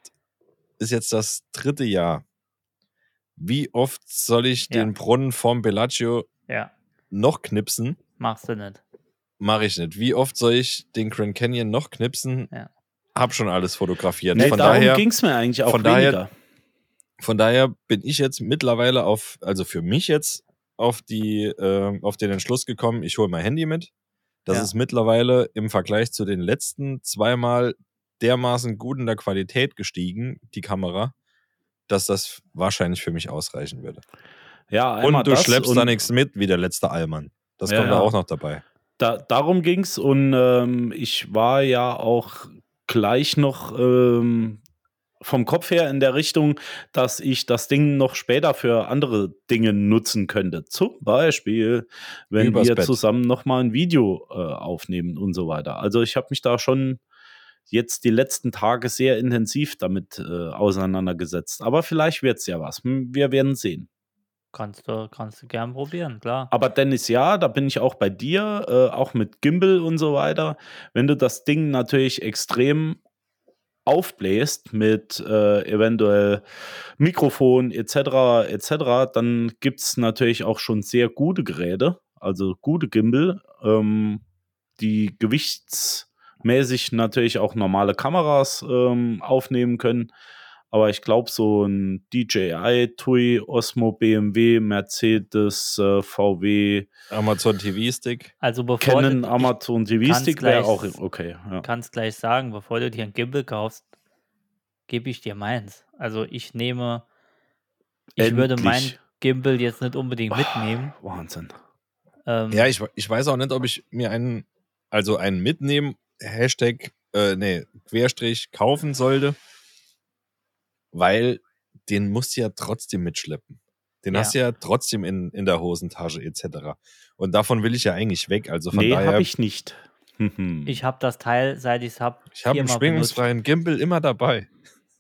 S5: ist jetzt das dritte Jahr. Wie oft soll ich
S7: Ja.
S5: den Brunnen vom Bellagio
S7: Ja,
S5: noch knipsen?
S7: machst du nicht.
S5: Mache ich nicht. Wie oft soll ich den Grand Canyon noch knipsen?
S7: Ja.
S5: Hab schon alles fotografiert.
S6: nee,
S5: von,
S6: darum
S5: daher,
S6: ging es mir eigentlich auch
S5: von daher-
S6: weniger.
S5: von daher bin ich jetzt mittlerweile auf, also für mich jetzt auf die, ähm, auf den Entschluss gekommen, ich hole mein Handy mit. Das
S7: Ja.
S5: ist mittlerweile im Vergleich zu den letzten zweimal dermaßen gut in der Qualität gestiegen, die Kamera, dass das wahrscheinlich für mich ausreichen würde.
S6: ja, einmal
S5: Und du
S6: das
S5: schleppst
S6: und
S5: da nichts mit, wie der letzte Allmann. Das
S6: Ja,
S5: kommt da
S6: ja.
S5: auch noch dabei.
S6: Da, darum ging es und ähm, ich war ja auch gleich noch ähm, vom Kopf her in der Richtung, dass ich das Ding noch später für andere Dinge nutzen könnte. Zum Beispiel, wenn
S5: Übers
S6: wir
S5: Bett.
S6: zusammen nochmal ein Video äh, aufnehmen und so weiter. Also ich habe mich da schon jetzt die letzten Tage sehr intensiv damit äh, auseinandergesetzt. Aber vielleicht wird es ja was. Hm, Wir werden sehen.
S7: Kannst du, kannst du gern probieren, klar.
S6: Aber Dennis, ja, da bin ich auch bei dir, äh, auch mit Gimbal und so weiter. Wenn du das Ding natürlich extrem aufbläst mit äh, eventuell Mikrofon etc. etc., dann gibt es natürlich auch schon sehr gute Geräte, also gute Gimbal, ähm, die gewichtsmäßig natürlich auch normale Kameras ähm, aufnehmen können. Aber ich glaube, so ein DJI, TUI, Osmo, BMW, Mercedes, äh, VW,
S5: Amazon TV-Stick.
S7: Also bevor du-
S6: Canon,
S7: ich-
S6: Amazon TV Stick
S7: kann's
S6: wäre
S7: gleich-
S6: auch okay. Ja.
S7: kannst gleich sagen, bevor du dir ein Gimbal kaufst, gebe ich dir meins. Also ich nehme, ich würde meinen
S6: Endlich.
S7: Gimbal jetzt nicht unbedingt mitnehmen.
S6: Oh, Wahnsinn.
S7: Ähm,
S5: Ja, ich, ich weiß auch nicht, ob ich mir einen, also einen mitnehmen, Hashtag, äh, nee, Querstrich kaufen sollte, weil den musst du ja trotzdem mitschleppen. Den
S7: Ja.
S5: hast du ja trotzdem in, in der Hosentasche etc. Und davon will ich ja eigentlich weg. Also von
S6: Nee,
S5: daher,
S6: habe
S5: ich,
S6: ich
S5: *laughs*
S6: nicht. Mhm.
S7: ich habe das Teil, seit ich es habe,
S5: habe einen schwingungsfreien Gimbal immer dabei.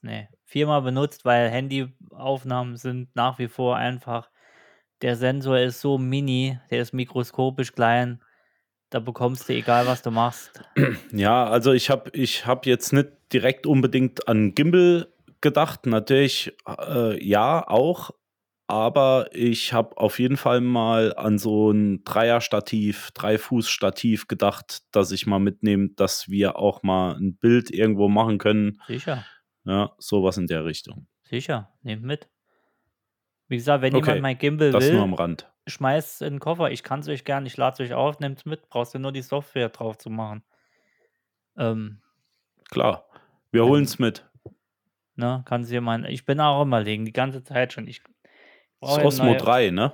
S7: Nee, ne, viermal benutzt, weil Handyaufnahmen sind nach wie vor einfach. Der Sensor ist so mini, der ist mikroskopisch klein. Da bekommst du, egal was du machst.
S6: Ja, also ich habe ich hab jetzt nicht direkt unbedingt an Gimbal gedacht. Natürlich, äh, ja, auch. Aber ich habe auf jeden Fall mal an so ein Dreier-Stativ, Drei-Fuß-Stativ gedacht, dass ich mal mitnehme, dass wir auch mal ein Bild irgendwo machen können.
S7: Sicher,
S6: Ja, sowas in der Richtung.
S7: sicher, nehmt mit. Wie gesagt, wenn
S6: Okay,
S7: jemand mein Gimbal
S6: Das
S7: will,
S6: nur am Rand.
S7: schmeißt es in den Koffer. Ich kann es euch gern, ich lade es euch auf, nehmt es mit. Brauchst du nur die Software drauf zu machen. Ähm,
S6: Klar. Wir holen es mit.
S7: ne, kannst du dir meinen. Ich bin auch immer legen, die ganze Zeit schon. Ich
S6: Das
S7: brauche
S6: ist
S7: eine
S6: Osmo
S7: neue-
S6: 3, ne?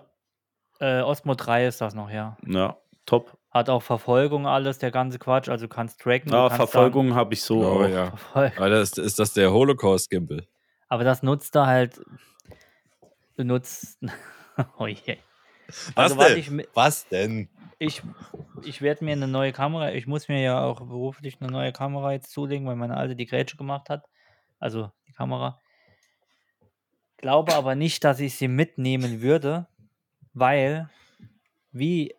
S7: Äh, Osmo 3 ist das noch, ja.
S6: Ja, top.
S7: Hat auch Verfolgung alles, der ganze Quatsch. Also du kannst tracken. du
S6: Ah,
S7: kannst
S6: Verfolgung habe ich so. auch.
S5: Oh, ja.
S7: Dann, Verfolgung.
S5: Alter, ist, ist das der Holocaust-Gimbal?
S7: Aber das nutzt er halt. Du nutzt. *laughs* oh je. Also, was ich mi-
S5: was denn?
S7: Ich, ich werde mir eine neue Kamera, ich muss mir ja auch beruflich eine neue Kamera jetzt zulegen, weil meine alte die Grätsche gemacht hat. Also die Kamera. Glaube aber nicht, dass ich sie mitnehmen würde, weil, wie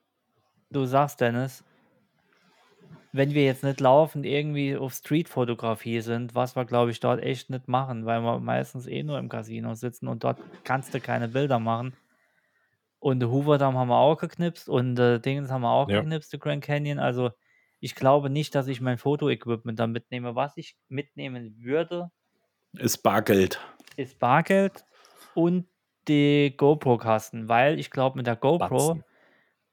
S7: du sagst, Dennis, wenn wir jetzt nicht laufend irgendwie auf Street-Fotografie sind, was wir, glaube ich, dort echt nicht machen, weil wir meistens eh nur im Casino sitzen und dort kannst du keine Bilder machen. Und den Hooverdamm haben wir auch geknipst und äh, Dingens haben wir auch
S5: Ja.
S7: geknipst, den Grand Canyon. Also ich glaube nicht, dass ich mein Fotoequipment dann mitnehme. Was ich mitnehmen würde,
S6: Ist Bargeld.
S7: ist Bargeld und die GoPro-Kasten, weil ich glaube, mit der GoPro
S5: Batzen.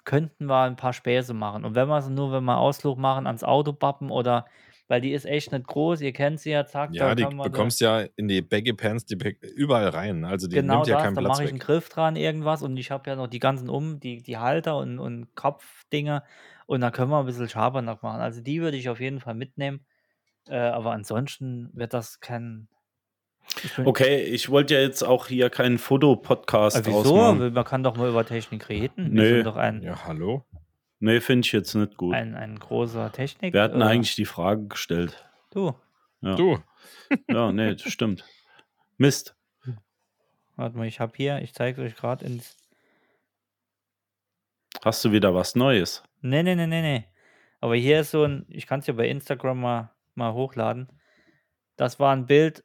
S7: könnten wir ein paar Späße machen. Und wenn wir es nur, wenn wir Ausflug machen, ans Auto bappen oder, weil die ist echt nicht groß, ihr kennt sie ja, zack,
S5: Ja,
S7: da
S5: die
S7: kann man da-
S5: bekommst ja in die Baggy Pants die Bag- überall rein. Also die
S7: genau
S5: nimmt ja
S7: das,
S5: keinen
S7: da
S5: Platz
S7: mache ich
S5: weg.
S7: einen Griff dran, irgendwas und ich habe ja noch die ganzen um, die, die Halter und, und Kopfdinger und da können wir ein bisschen Schabernack machen. Also die würde ich auf jeden Fall mitnehmen, äh, aber ansonsten wird das kein... Ich bin-
S6: Okay, ich wollte ja jetzt auch hier keinen Fotopodcast
S7: Äh,
S6: draus
S7: wieso?
S6: machen.
S7: Man kann doch mal über Technik reden.
S6: Nee.
S7: Wir sind doch ein,
S5: Ja, hallo?
S6: Nee, finde ich jetzt nicht gut.
S7: ein, ein großer Technik.
S6: Wir hatten
S7: äh,
S6: eigentlich die Frage gestellt.
S7: Du,
S6: Ja.
S5: Du.
S6: Ja, nee, das stimmt. Mist.
S7: warte mal, ich habe hier, ich zeige euch gerade ins
S6: Hast du wieder was Neues?
S7: Nee, nee, nee, nee, nee. ne, Aber hier ist so ein, ich kann es ja bei Instagram mal, mal hochladen. Das war ein Bild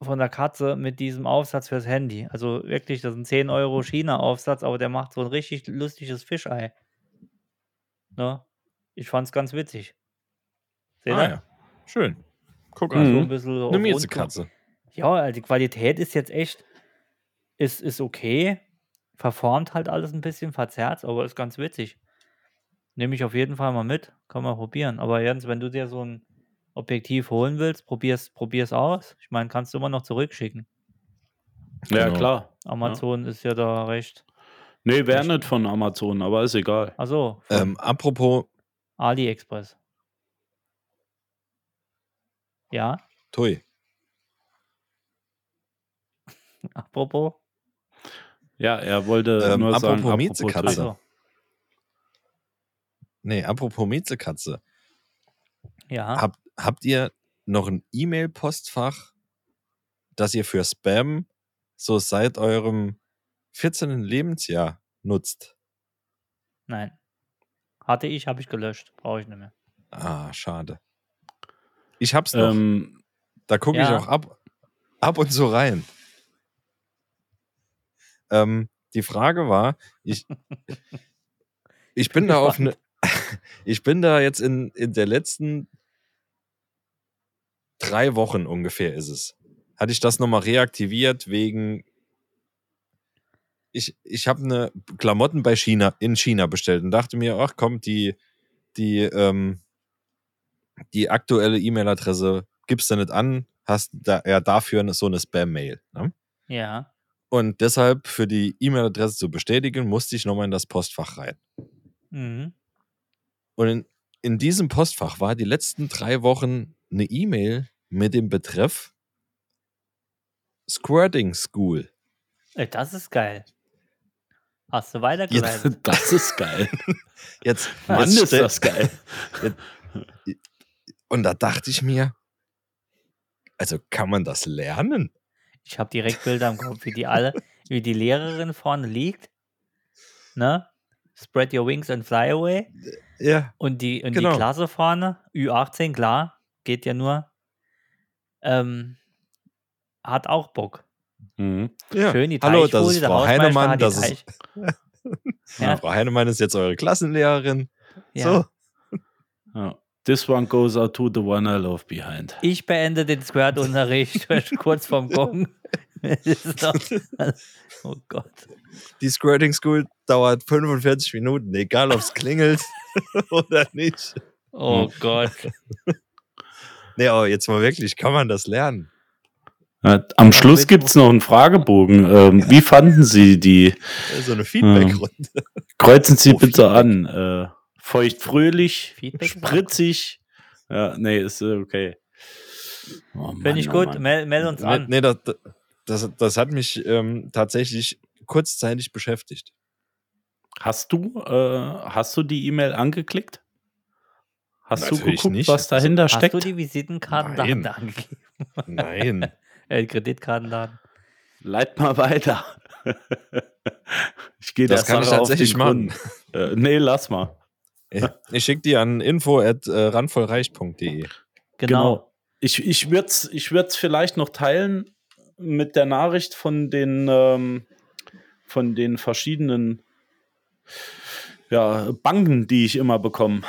S7: von der Katze mit diesem Aufsatz fürs Handy. Also wirklich, das ist ein 10
S5: Mhm.
S7: Euro China-Aufsatz, aber der macht so ein richtig lustiges Fischei. Ne? Ich fand's ganz witzig. Seht
S5: Ah,
S7: ihr?
S5: ja. Schön. Guck
S6: Mhm.
S5: an.
S7: So ein bisschen so
S5: Eine
S7: auf
S5: mieze
S7: Rundfunk.
S5: Katze.
S6: oh,
S7: Ja, also die Qualität ist jetzt echt, ist, ist okay. Verformt halt alles ein bisschen, verzerrt, aber ist ganz witzig. Nehme ich auf jeden Fall mal mit. Kann man probieren. Aber Jens, wenn du dir so ein Objektiv holen willst, probier's, probier's aus. Ich meine, kannst du immer noch zurückschicken.
S6: Ja,
S5: Genau.
S6: klar.
S7: Amazon ist ja da recht.
S6: Nee, wäre
S7: Echt?
S6: nicht von Amazon, aber ist egal.
S7: Also,
S5: Ähm, apropos
S7: AliExpress. Ja,
S5: Tui.
S7: apropos.
S6: Ja, er wollte
S5: Ähm,
S6: nur sagen,
S5: apropos Miezekatze.
S6: Tui.
S7: Also,
S5: Nee, apropos mieze Katze.
S6: Ah.
S7: ja.
S5: Habt, habt ihr noch ein E-Mail-Postfach, das ihr für Spam so seit eurem 14. Lebensjahr nutzt?
S7: Nein. Hatte ich, habe ich gelöscht. Brauche ich nicht mehr.
S5: Ah, schade. Ich hab's noch.
S6: Ähm,
S5: Da gucke ich
S7: Ja.
S5: auch ab, ab und zu rein. Ähm, die Frage war, ich, ich bin da auf eine, *laughs* ich bin da jetzt in, in der letzten drei Wochen ungefähr ist es. Hatte ich das nochmal reaktiviert wegen, ich, ich habe eine Klamotten bei China, in China bestellt und dachte mir, ach komm, die, die, ähm, die aktuelle E-Mail-Adresse gibst du nicht an, hast da, ja dafür eine- so eine Spam-Mail. Ne?
S7: Ja.
S5: Und deshalb für die E-Mail-Adresse zu bestätigen, musste ich nochmal in das Postfach rein.
S7: Mhm.
S5: Und in, in diesem Postfach war die letzten drei Wochen eine E-Mail mit dem Betreff Squirting School.
S7: Ey, Äh, das ist geil. Hast du
S6: jetzt,
S7: weitergeleitet?
S6: *laughs* das ist geil.
S5: *laughs* Jetzt,
S6: Mann,
S5: jetzt
S6: ist
S5: stell-
S6: das
S5: *laughs*
S6: geil.
S5: Und da dachte ich mir, also kann man das lernen?
S7: Ich habe direkt Bilder im Kopf, wie die alle, wie die Lehrerin vorne liegt. Ne? Spread your wings and fly away.
S5: Ja.
S7: Und die, und
S5: Genau.
S7: die Klasse vorne, Ü18, klar, geht ja nur. Ähm, hat auch Bock.
S6: Mhm.
S5: ja.
S7: Schön, die
S5: Hallo, das
S7: Teichbude,
S5: ist
S7: der
S5: Frau
S7: Hausmeister
S5: Heinemann,
S7: hat die
S5: das ist,
S7: Teich-
S5: *laughs*
S7: ja,
S5: Frau Heinemann ist jetzt eure Klassenlehrerin.
S7: ja.
S5: So.
S6: Ja. This one goes out to the one I love behind.
S7: *laughs*
S5: *laughs*
S7: Ich beende den Squirt-Unterricht kurz vorm Gong. *laughs* Das ist doch- oh Gott.
S5: Die Squirting School dauert 45 Minuten, egal ob es
S6: *laughs*
S5: klingelt *laughs* oder nicht.
S7: Oh Gott.
S5: Nee, aber jetzt mal wirklich, kann man das lernen?
S6: Äh, Am Schluss gibt es noch einen Fragebogen. Ähm, wie fanden Sie die?
S5: So
S6: Hm.
S5: eine Feedback-Runde.
S6: Kreuzen Sie
S5: Oh,
S6: bitte
S5: Feedback.
S6: an. Äh, feucht fröhlich,
S7: Feedback ist
S6: spritzig. Ja, nee, ist äh, okay. Oh, Mann,
S7: Finde ich
S6: oh
S7: gut.
S6: Mann.
S7: Mel, mel uns an.
S5: Nee, das, das, das hat mich ähm, tatsächlich kurzzeitig beschäftigt.
S6: Hast du, äh, hast du die E-Mail angeklickt? Hast du
S5: Natürlich
S6: geguckt,
S5: nicht.
S6: was dahinter
S7: Hast
S6: steckt?
S7: du die Visitenkarten
S5: Nein.
S7: da angegeben?
S5: Nein.
S7: *laughs* Äh, Kreditkartendaten.
S6: Leit mal weiter. *laughs* ich gehe
S5: Das kann ich tatsächlich machen.
S6: Äh, nee, lass mal.
S5: Ich schicke die an info at äh, randvollreich.de.
S7: Genau.
S6: Ich, ich würde es ich würd's vielleicht noch teilen mit der Nachricht von den, ähm, von den verschiedenen ja, Banken, die ich immer bekomme.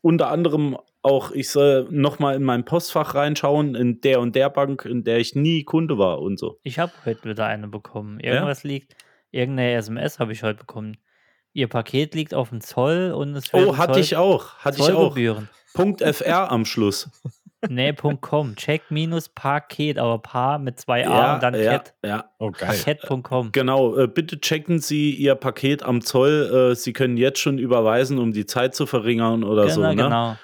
S6: Unter anderem auch, ich soll nochmal in mein Postfach reinschauen, in der und der Bank, in der ich nie Kunde war und so.
S7: Ich habe heute wieder eine bekommen. Irgendwas liegt. Irgendeine SMS habe ich heute bekommen. Ihr Paket liegt auf dem Zoll und es
S6: Oh,
S7: werden
S6: hatte
S7: Zoll,
S6: ich auch. Hatte ich auch.
S7: Zollgebühren.
S6: Punkt FR am Schluss. *laughs*
S7: Nee, Punkt com. Check minus Paket, aber Paar mit zwei A und dann
S6: ja,
S7: Cat.
S6: ja.
S5: Oh, geil.
S7: Paket.com.
S6: Genau, äh, bitte checken Sie Ihr Paket am Zoll. Äh, Sie können jetzt schon überweisen, um die Zeit zu verringern oder so. Ne?
S7: genau.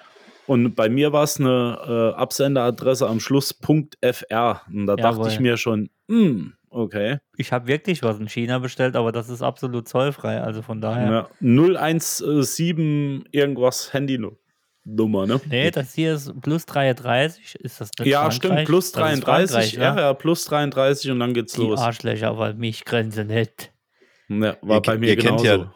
S6: Und bei mir war es eine äh, Absenderadresse am Schluss .fr. Und da dachte
S7: Jawohl.
S6: ich mir schon, hm, okay.
S7: Ich habe wirklich was in China bestellt, aber das ist absolut zollfrei. Also von daher.
S6: Ja. 017 irgendwas Handynummer, ne?
S7: Nee, das hier ist plus 33. Ist das nicht
S6: Ja,
S7: Frankreich?
S6: stimmt,
S7: Das
S6: plus
S7: ist
S6: 33.
S7: Frankreich,
S6: Ja,
S7: ne?
S6: ja, plus 33 und dann geht's
S7: Die
S6: los.
S7: Arschlöcher, weil mich grenzen nicht.
S6: Ja, war
S5: Ihr-
S6: bei mir
S5: ihr kennt
S6: genauso.
S5: ja- Ihr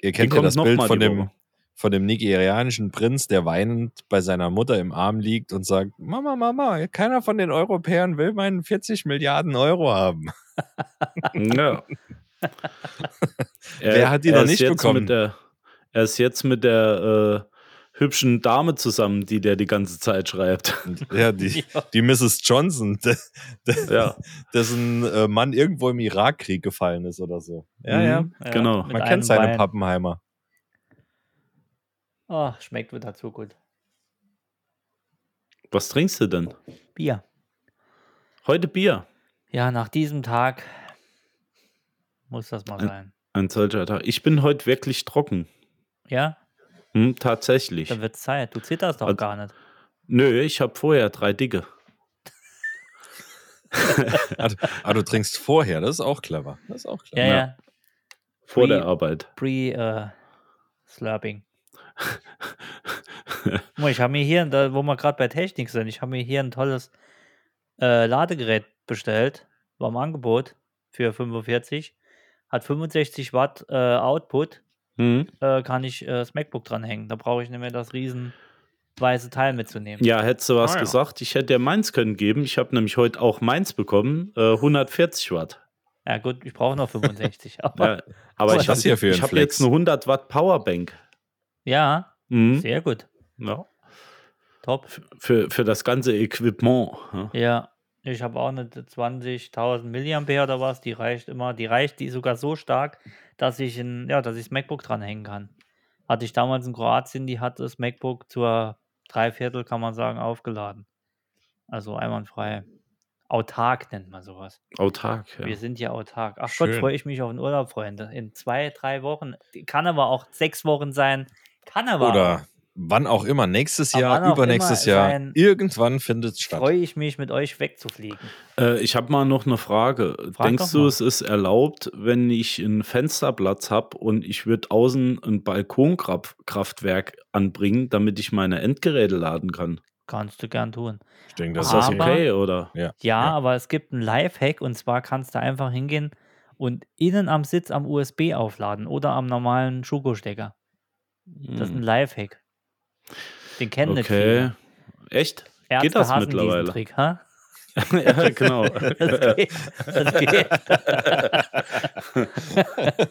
S6: Die
S5: kennt ja
S6: kommt
S5: das
S6: noch
S5: Bild
S6: mal
S5: von
S6: die
S5: dem,
S6: Woche.
S5: von dem nigerianischen Prinz, der weinend bei seiner Mutter im Arm liegt und sagt, Mama, Mama, keiner von den Europäern will meinen 40 Milliarden Euro haben.
S6: Ja.
S5: *laughs* Wer hat die
S6: er
S5: noch
S6: ist
S5: nicht
S6: jetzt
S5: bekommen?
S6: Mit der, er ist jetzt mit der äh, hübschen Dame zusammen, die der die ganze Zeit
S5: *laughs*
S6: schreibt.
S5: Und, ja, die, die Mrs. Johnson, de, de,
S6: ja,
S5: dessen äh, Mann irgendwo im Irakkrieg gefallen ist oder so. Ja,
S6: Mhm.
S5: ja.
S6: Genau.
S7: mit
S5: Man
S7: einem
S5: kennt seine
S7: Bein.
S5: Pappenheimer.
S7: Ach, Ah, schmeckt wieder zu gut.
S6: was trinkst du denn?
S7: Bier.
S6: Heute Bier.
S7: Ja, nach diesem Tag muss das mal
S6: Ein-
S7: sein.
S6: Ein solcher Tag. Ich bin heute wirklich trocken.
S7: Ja,
S6: Hm, tatsächlich.
S7: dann wird's Zeit. Du zitterst doch
S6: Also-
S7: gar nicht.
S6: Nö, ich habe vorher drei dicke.
S5: Ah, du, ah, du trinkst vorher, das ist auch clever. Das ist auch
S7: Ja,
S5: clever.
S6: Ja.
S7: ja.
S6: Vor
S7: Wie-
S6: der Arbeit.
S7: Pre-Slurping.
S6: *laughs*
S7: Guck mal, ich habe mir hier, da, wo wir gerade bei Technik sind, ich habe mir hier ein tolles äh, Ladegerät bestellt, war im Angebot für 45, hat 65 Watt äh, Output,
S6: Hm?
S7: äh, kann ich äh, das MacBook dranhängen. Da brauche ich nicht mehr das riesen weiße Teil mitzunehmen.
S6: Ja, hättest du was
S5: Ah, ja.
S6: gesagt, ich hätte dir meins können geben. Ich habe nämlich heute auch meins bekommen. Äh, 140 Watt.
S7: Ja gut, ich brauche noch 65.
S6: *laughs* Ja,
S5: Ah.
S7: Aber,
S6: aber
S5: Was
S6: ich
S5: ist Oh, das
S6: habe
S5: hier für ein
S6: hab
S5: Flex?
S6: jetzt eine 100 Watt Powerbank.
S7: ja.
S6: Mhm.
S7: sehr gut.
S6: Ja.
S7: Top.
S6: Für, für das ganze Equipment. Ja.
S7: Ja, ich habe auch eine 20.000 Milliampere oder was, die reicht immer. Die reicht, die ist sogar so stark, dass ich ein, ja, dass ich das MacBook dranhängen kann. Hatte ich damals in Kroatien, die hat das MacBook zur Dreiviertel, kann man sagen, aufgeladen. Also einwandfrei. Autark nennt man sowas.
S6: Autark. Ja.
S7: Wir sind ja autark. Ach Gott,
S5: Schön.
S7: freue ich mich auf den Urlaub, Freunde. In zwei, drei Wochen. Kann aber auch sechs Wochen sein. Kann aber auch.
S5: Oder wann auch immer, nächstes
S7: Aber wann
S5: Jahr,
S7: auch
S5: übernächstes
S7: immer
S5: Jahr,
S7: sein-
S5: irgendwann findet es statt.
S7: Freue ich mich, mit euch wegzufliegen.
S6: Äh, ich habe mal noch eine Frage.
S7: Frag
S6: Denkst
S7: doch
S6: du,
S7: mal.
S6: es ist erlaubt, wenn ich einen Fensterplatz habe und ich würde außen ein Balkonkraftwerk anbringen, damit ich meine Endgeräte laden kann?
S7: Kannst du gern tun.
S5: Ich denke,
S6: Ist
S5: das
S6: das
S5: ist
S7: Aber-
S6: okay, oder?
S7: Ja,
S5: Ja.
S7: aber es gibt einen Lifehack und zwar kannst du einfach hingehen und innen am Sitz am USB aufladen oder am normalen Schuko-Stecker. Das ist ein
S6: Hm,
S7: Lifehack. Den kennen nicht
S6: Okay.
S7: viele.
S6: Echt? *laughs*
S7: Ärzte
S6: das
S7: hassen
S6: mittlerweile?
S7: Diesen Trick, ha?
S6: ja,
S7: *laughs*
S6: genau.
S7: Das geht.
S6: *laughs*
S7: Das geht.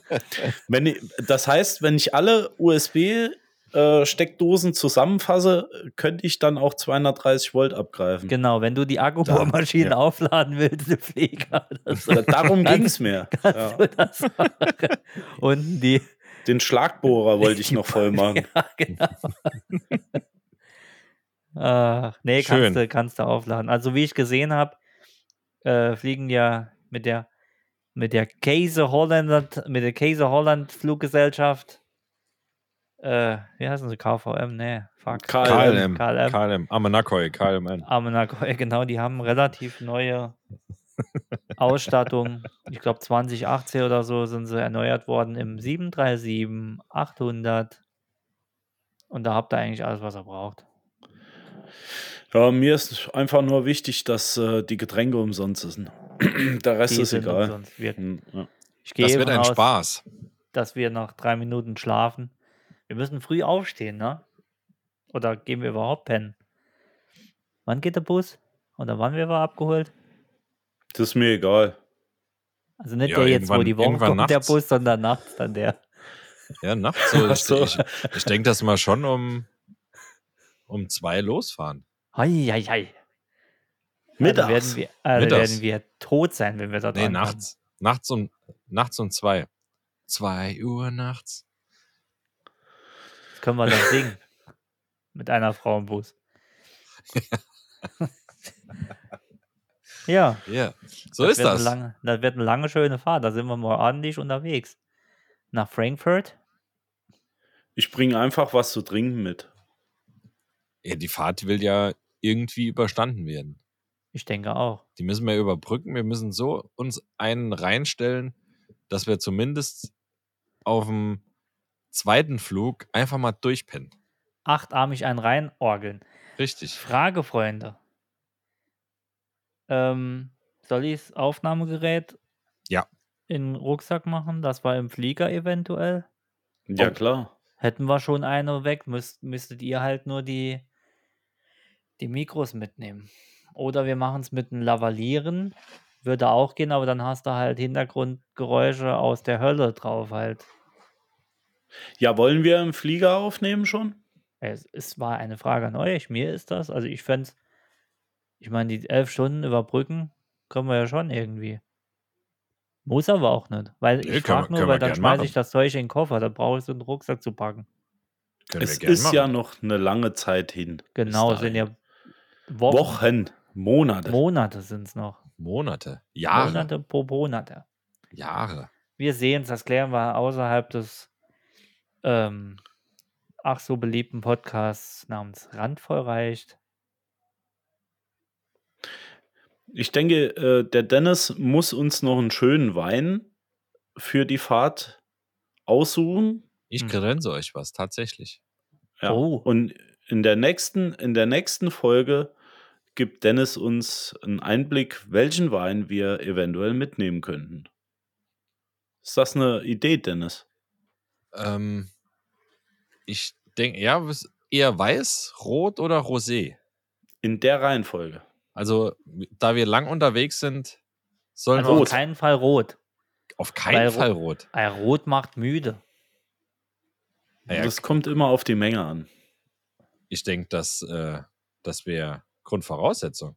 S6: wenn ich, das heißt, wenn ich alle USB äh, Steckdosen zusammenfasse, könnte ich dann auch 230 Volt abgreifen.
S7: Genau, wenn du die Akkubohrmaschine
S5: Ja.
S7: aufladen willst, du Pfleger, oder so, *laughs*
S6: Darum ging es mir.
S7: kannst
S6: Ja.
S7: du
S6: *laughs*
S7: das machen. Unten die.
S6: Den Schlagbohrer wollte ich noch voll machen.
S7: *laughs* Ja, genau. Ach, nee,
S5: Schön.
S7: kannst du, kannst du aufladen. Also, wie ich gesehen habe, äh, fliegen ja mit der mit der Käse Holland, mit der Käse Holland Fluggesellschaft. Äh, wie heißen sie? KVM? Nee, fuck.
S5: KLM.
S7: KLM.
S5: KLM. Amanakoi, KLM ein.
S7: *laughs* Amenagoya, genau, die haben relativ neue Ausstattung. Ich glaube 2018 oder so sind sie erneuert worden im 737, 800. Und da habt ihr eigentlich alles, was ihr braucht.
S6: Ja, mir ist einfach nur wichtig, dass äh, die Getränke umsonst sind. *clears throat* Der Rest
S7: Die
S6: ist
S7: sind
S6: egal.
S7: umsonst. Wir,
S6: Hm, ja.
S7: ich gehe
S5: Das wird
S7: davon
S5: ein
S7: aus,
S5: Spaß.
S7: dass wir nach drei Minuten schlafen. Wir müssen früh aufstehen, ne? Oder gehen wir überhaupt pennen? Wann geht der Bus? Oder wann werden wir abgeholt?
S6: Das ist mir egal.
S7: Also nicht
S5: Ja,
S7: der jetzt, wo
S5: irgendwann-
S7: die Woche
S5: irgendwann
S7: kommt, der
S5: nachts.
S7: Bus, sondern nachts dann der.
S5: Ja, nachts *laughs* so.
S6: Ach so.
S5: Ich, ich, ich denke, dass wir schon um, um zwei losfahren.
S7: Hei, hei, hei.
S6: Mittags.
S7: Also werden wir, also
S5: Mittags.
S7: werden wir tot sein, wenn wir da
S5: Nee,
S7: dran kommen.
S5: nachts. Nachts um, nachts um zwei. Zwei Uhr nachts.
S7: Das können wir dann singen. Mit einer Frau im
S5: *laughs*
S7: Bus. ja.
S5: Ja, so ist
S7: wird
S5: das.
S7: Eine lange, das wird eine lange, schöne Fahrt. Da sind wir mal ordentlich unterwegs. Nach Frankfurt.
S6: Ich bringe einfach was zu trinken mit.
S5: Ja, die Fahrt will ja irgendwie überstanden werden.
S7: Ich denke auch.
S5: Die müssen wir überbrücken. Wir müssen so uns einen reinstellen, dass wir zumindest auf dem zweiten Flug einfach mal durchpennen.
S7: Achtarmig ein Reinorgeln.
S5: Richtig.
S7: Frage, Freunde. Ähm, soll ich das Aufnahmegerät
S5: Ja.
S7: in den Rucksack machen? Das war im Flieger eventuell.
S6: Ja,
S7: Oh.
S6: klar.
S7: Hätten wir schon eine weg, müsst, müsstet ihr halt nur die, die Mikros mitnehmen. Oder wir machen es mit einem Lavalieren. Würde auch gehen, aber dann hast du halt Hintergrundgeräusche aus der Hölle drauf halt.
S6: Ja, wollen wir im Flieger aufnehmen schon?
S7: Es, es war eine Frage an euch. Mir ist das. Also ich fände es, ich meine, die elf Stunden überbrücken können wir ja schon irgendwie. Muss aber auch nicht. Weil
S5: Nö,
S7: ich
S5: können wir-
S7: frage nur,
S5: können
S7: weil
S5: wir
S7: dann
S5: gern
S7: schmeiße ich
S5: machen.
S7: das Zeug in den Koffer. Da brauche ich so einen Rucksack zu packen.
S5: Können
S6: Es ist ja noch eine lange Zeit hin.
S7: Genau,
S6: Bis dahin.
S7: sind ja Wochen.
S6: Wochen, Monate.
S7: Monate sind es noch.
S5: Monate, Jahre,
S7: Monate pro Monate.
S5: Jahre.
S7: Wir sehen es, das klären wir außerhalb des ähm, ach so beliebten Podcasts namens Randvoll reicht.
S6: Ich denke, äh, der Dennis muss uns noch einen schönen Wein für die Fahrt aussuchen.
S5: Ich
S7: Hm.
S5: kredenze euch was, tatsächlich.
S6: Ja.
S7: Oh.
S6: Und in der nächsten, in der nächsten Folge gibt Dennis uns einen Einblick, welchen Wein wir eventuell mitnehmen könnten. Ist das eine Idee, Dennis?
S5: Ähm, ich denke, ja, was- eher weiß, rot oder rosé.
S6: In der Reihenfolge.
S5: Also, da wir lang unterwegs sind, sollen
S7: Also
S5: wir
S7: auf
S5: uns
S7: keinen Fall rot.
S5: auf
S7: weil
S5: keinen
S7: ro-
S5: Fall rot.
S7: Weil rot macht müde.
S5: Naja,
S6: Das kommt immer auf die Menge an.
S5: ich denke, dass äh, das wäre Grundvoraussetzung.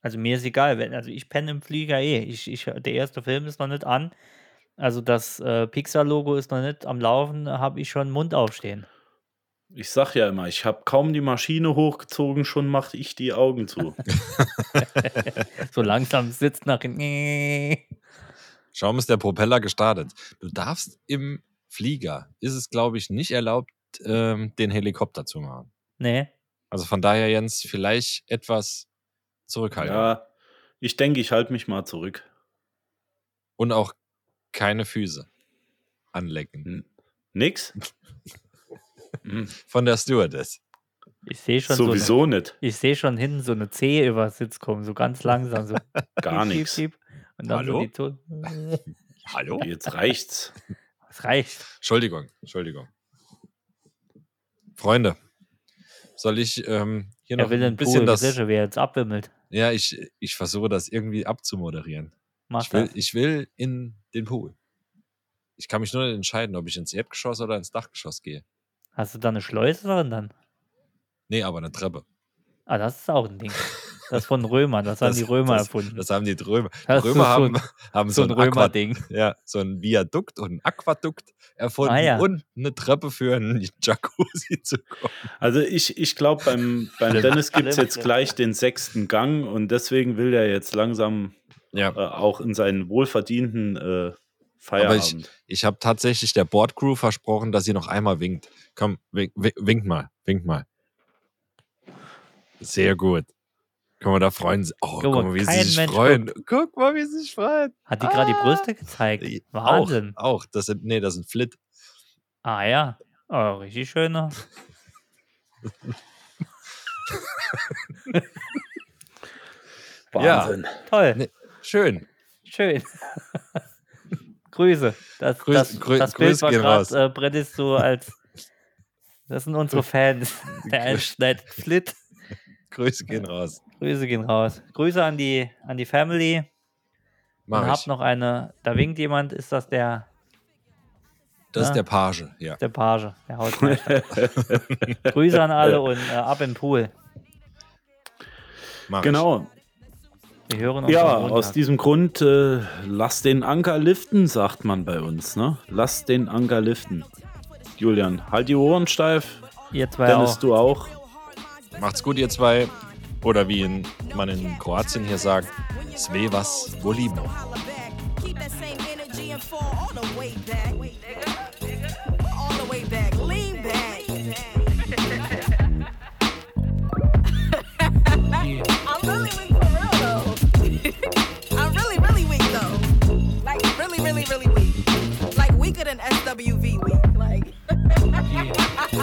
S7: Also mir ist egal, wenn, also ich penne im Flieger eh. Ich, ich, der erste Film ist noch nicht an. Also das äh, Pixar-Logo ist noch nicht am Laufen, habe ich schon Mund aufstehen.
S6: Ich sag ja immer, ich habe kaum die Maschine hochgezogen, schon mache ich die Augen zu.
S7: So langsam sitzt nach hinten. *laughs*
S5: Schaum ist der Propeller gestartet. Du darfst im Flieger, ist es glaube ich nicht erlaubt, ähm, den Helikopter zu machen.
S7: Nee.
S5: Also von daher, Jens, vielleicht etwas zurückhalten.
S6: ja, ich denke, ich halte mich mal zurück.
S5: Und auch keine Füße anlecken.
S6: Nix? Hm,
S5: Von der Stewardess.
S7: Ich sehe schon so ne? eine-
S6: Sowieso nicht.
S7: Ich sehe schon hinten so eine Zehe über das Sitz kommen, so ganz langsam. So
S6: *laughs* Gar
S7: piep, piep,
S6: nichts.
S7: piep. Und dann
S5: Hallo?
S7: so die Ton. *laughs*
S5: Hallo?
S6: Jetzt reicht's.
S7: Es reicht.
S5: Entschuldigung, Entschuldigung. Freunde, soll ich ähm, hier
S7: Er
S5: noch
S7: will
S5: ein
S7: den
S5: bisschen
S7: Pool, das
S5: das...
S7: Frische, wie er jetzt abwimmelt.
S5: Ja, ich, ich versuche das irgendwie abzumoderieren.
S7: Mach
S5: Ich will,
S7: das.
S5: ich will in den Pool. Ich kann mich nur nicht entscheiden, ob ich ins Erdgeschoss oder ins Dachgeschoss gehe.
S7: Hast du da eine Schleuse drin dann?
S5: Nee, aber eine Treppe.
S7: Ah, das ist auch ein
S5: *laughs*
S7: Ding. Das ist von Römern, das, haben die Römer
S5: das,
S7: erfunden.
S5: Das haben die Römer.
S7: Das ist
S5: Römer haben,
S7: so
S5: haben Hm. so,
S7: so ein
S5: ein Aqua,
S7: Römerding.
S5: ja, so ein Viadukt und ein Aquadukt erfunden
S7: Ah, ja.
S5: und eine Treppe für einen *laughs* Jacuzzi zu kommen.
S6: Also ich, ich glaube, beim, beim Dennis gibt es
S7: Schlimm,
S6: jetzt
S7: schlimm.
S6: gleich den sechsten Gang und deswegen will er jetzt langsam
S5: Ja.
S6: äh, auch in seinen wohlverdienten äh, Feierabend.
S5: Ich habe tatsächlich der Boardcrew versprochen, dass sie noch einmal winkt. Komm, wink, wink, wink mal, wink mal. Sehr gut. Guck mal, da freuen sie. Oh, guck
S7: Guck mal,
S5: mal, wie sie
S7: kein
S5: sich
S7: Mensch
S5: freuen. Guck mal, wie sie sich freuen.
S7: Hat die gerade die
S5: Ah.
S7: Brüste gezeigt?
S5: Äh,
S7: Wahnsinn.
S5: Auch, auch. Das sind, nee, das sind Flit.
S7: Ah ja. Oh, richtig schöne.
S5: Ja.
S7: Toll.
S5: Nee. Schön.
S7: Schön. *laughs* Grüße. Das,
S5: Grüß-
S7: das,
S5: grü-
S7: das Bild
S5: Grüß
S7: war
S5: gehen raus.
S7: gerade äh, brenntest du als. Das sind unsere
S5: *laughs*
S7: Fans. Der einschneidet Flit.
S5: Grüße gehen raus.
S7: Grüße gehen raus. Grüße an die, an die Family.
S5: Mach
S7: und
S5: ich.
S7: hab noch eine. Da winkt jemand. Ist das der,
S5: das ist
S7: Ah.
S5: der Page, ja.
S7: der Page? Der haut gleich
S5: *laughs*
S7: ab. Grüße an alle und äh, ab im Pool.
S5: Mach
S6: Genau.
S7: Wir hören uns
S6: Ja,
S7: am Montag.
S6: aus diesem Grund, äh, lass den Anker liften, sagt man bei uns. Ne? Lass den Anker liften. Julian, halt die Ohren steif.
S7: Ihr zwei
S6: Dennis,
S7: auch.
S6: du auch.
S5: Ich. Macht's gut, ihr zwei. Oder wie in, man in Kroatien hier sagt, sve vas volimo.
S3: Keep that same energy and fall all the way back. All the way back. Lean back.
S2: I'm really weak for real though. I'm really, really weak though. Like really, really, really weak. Like weaker than SWV weak. Like.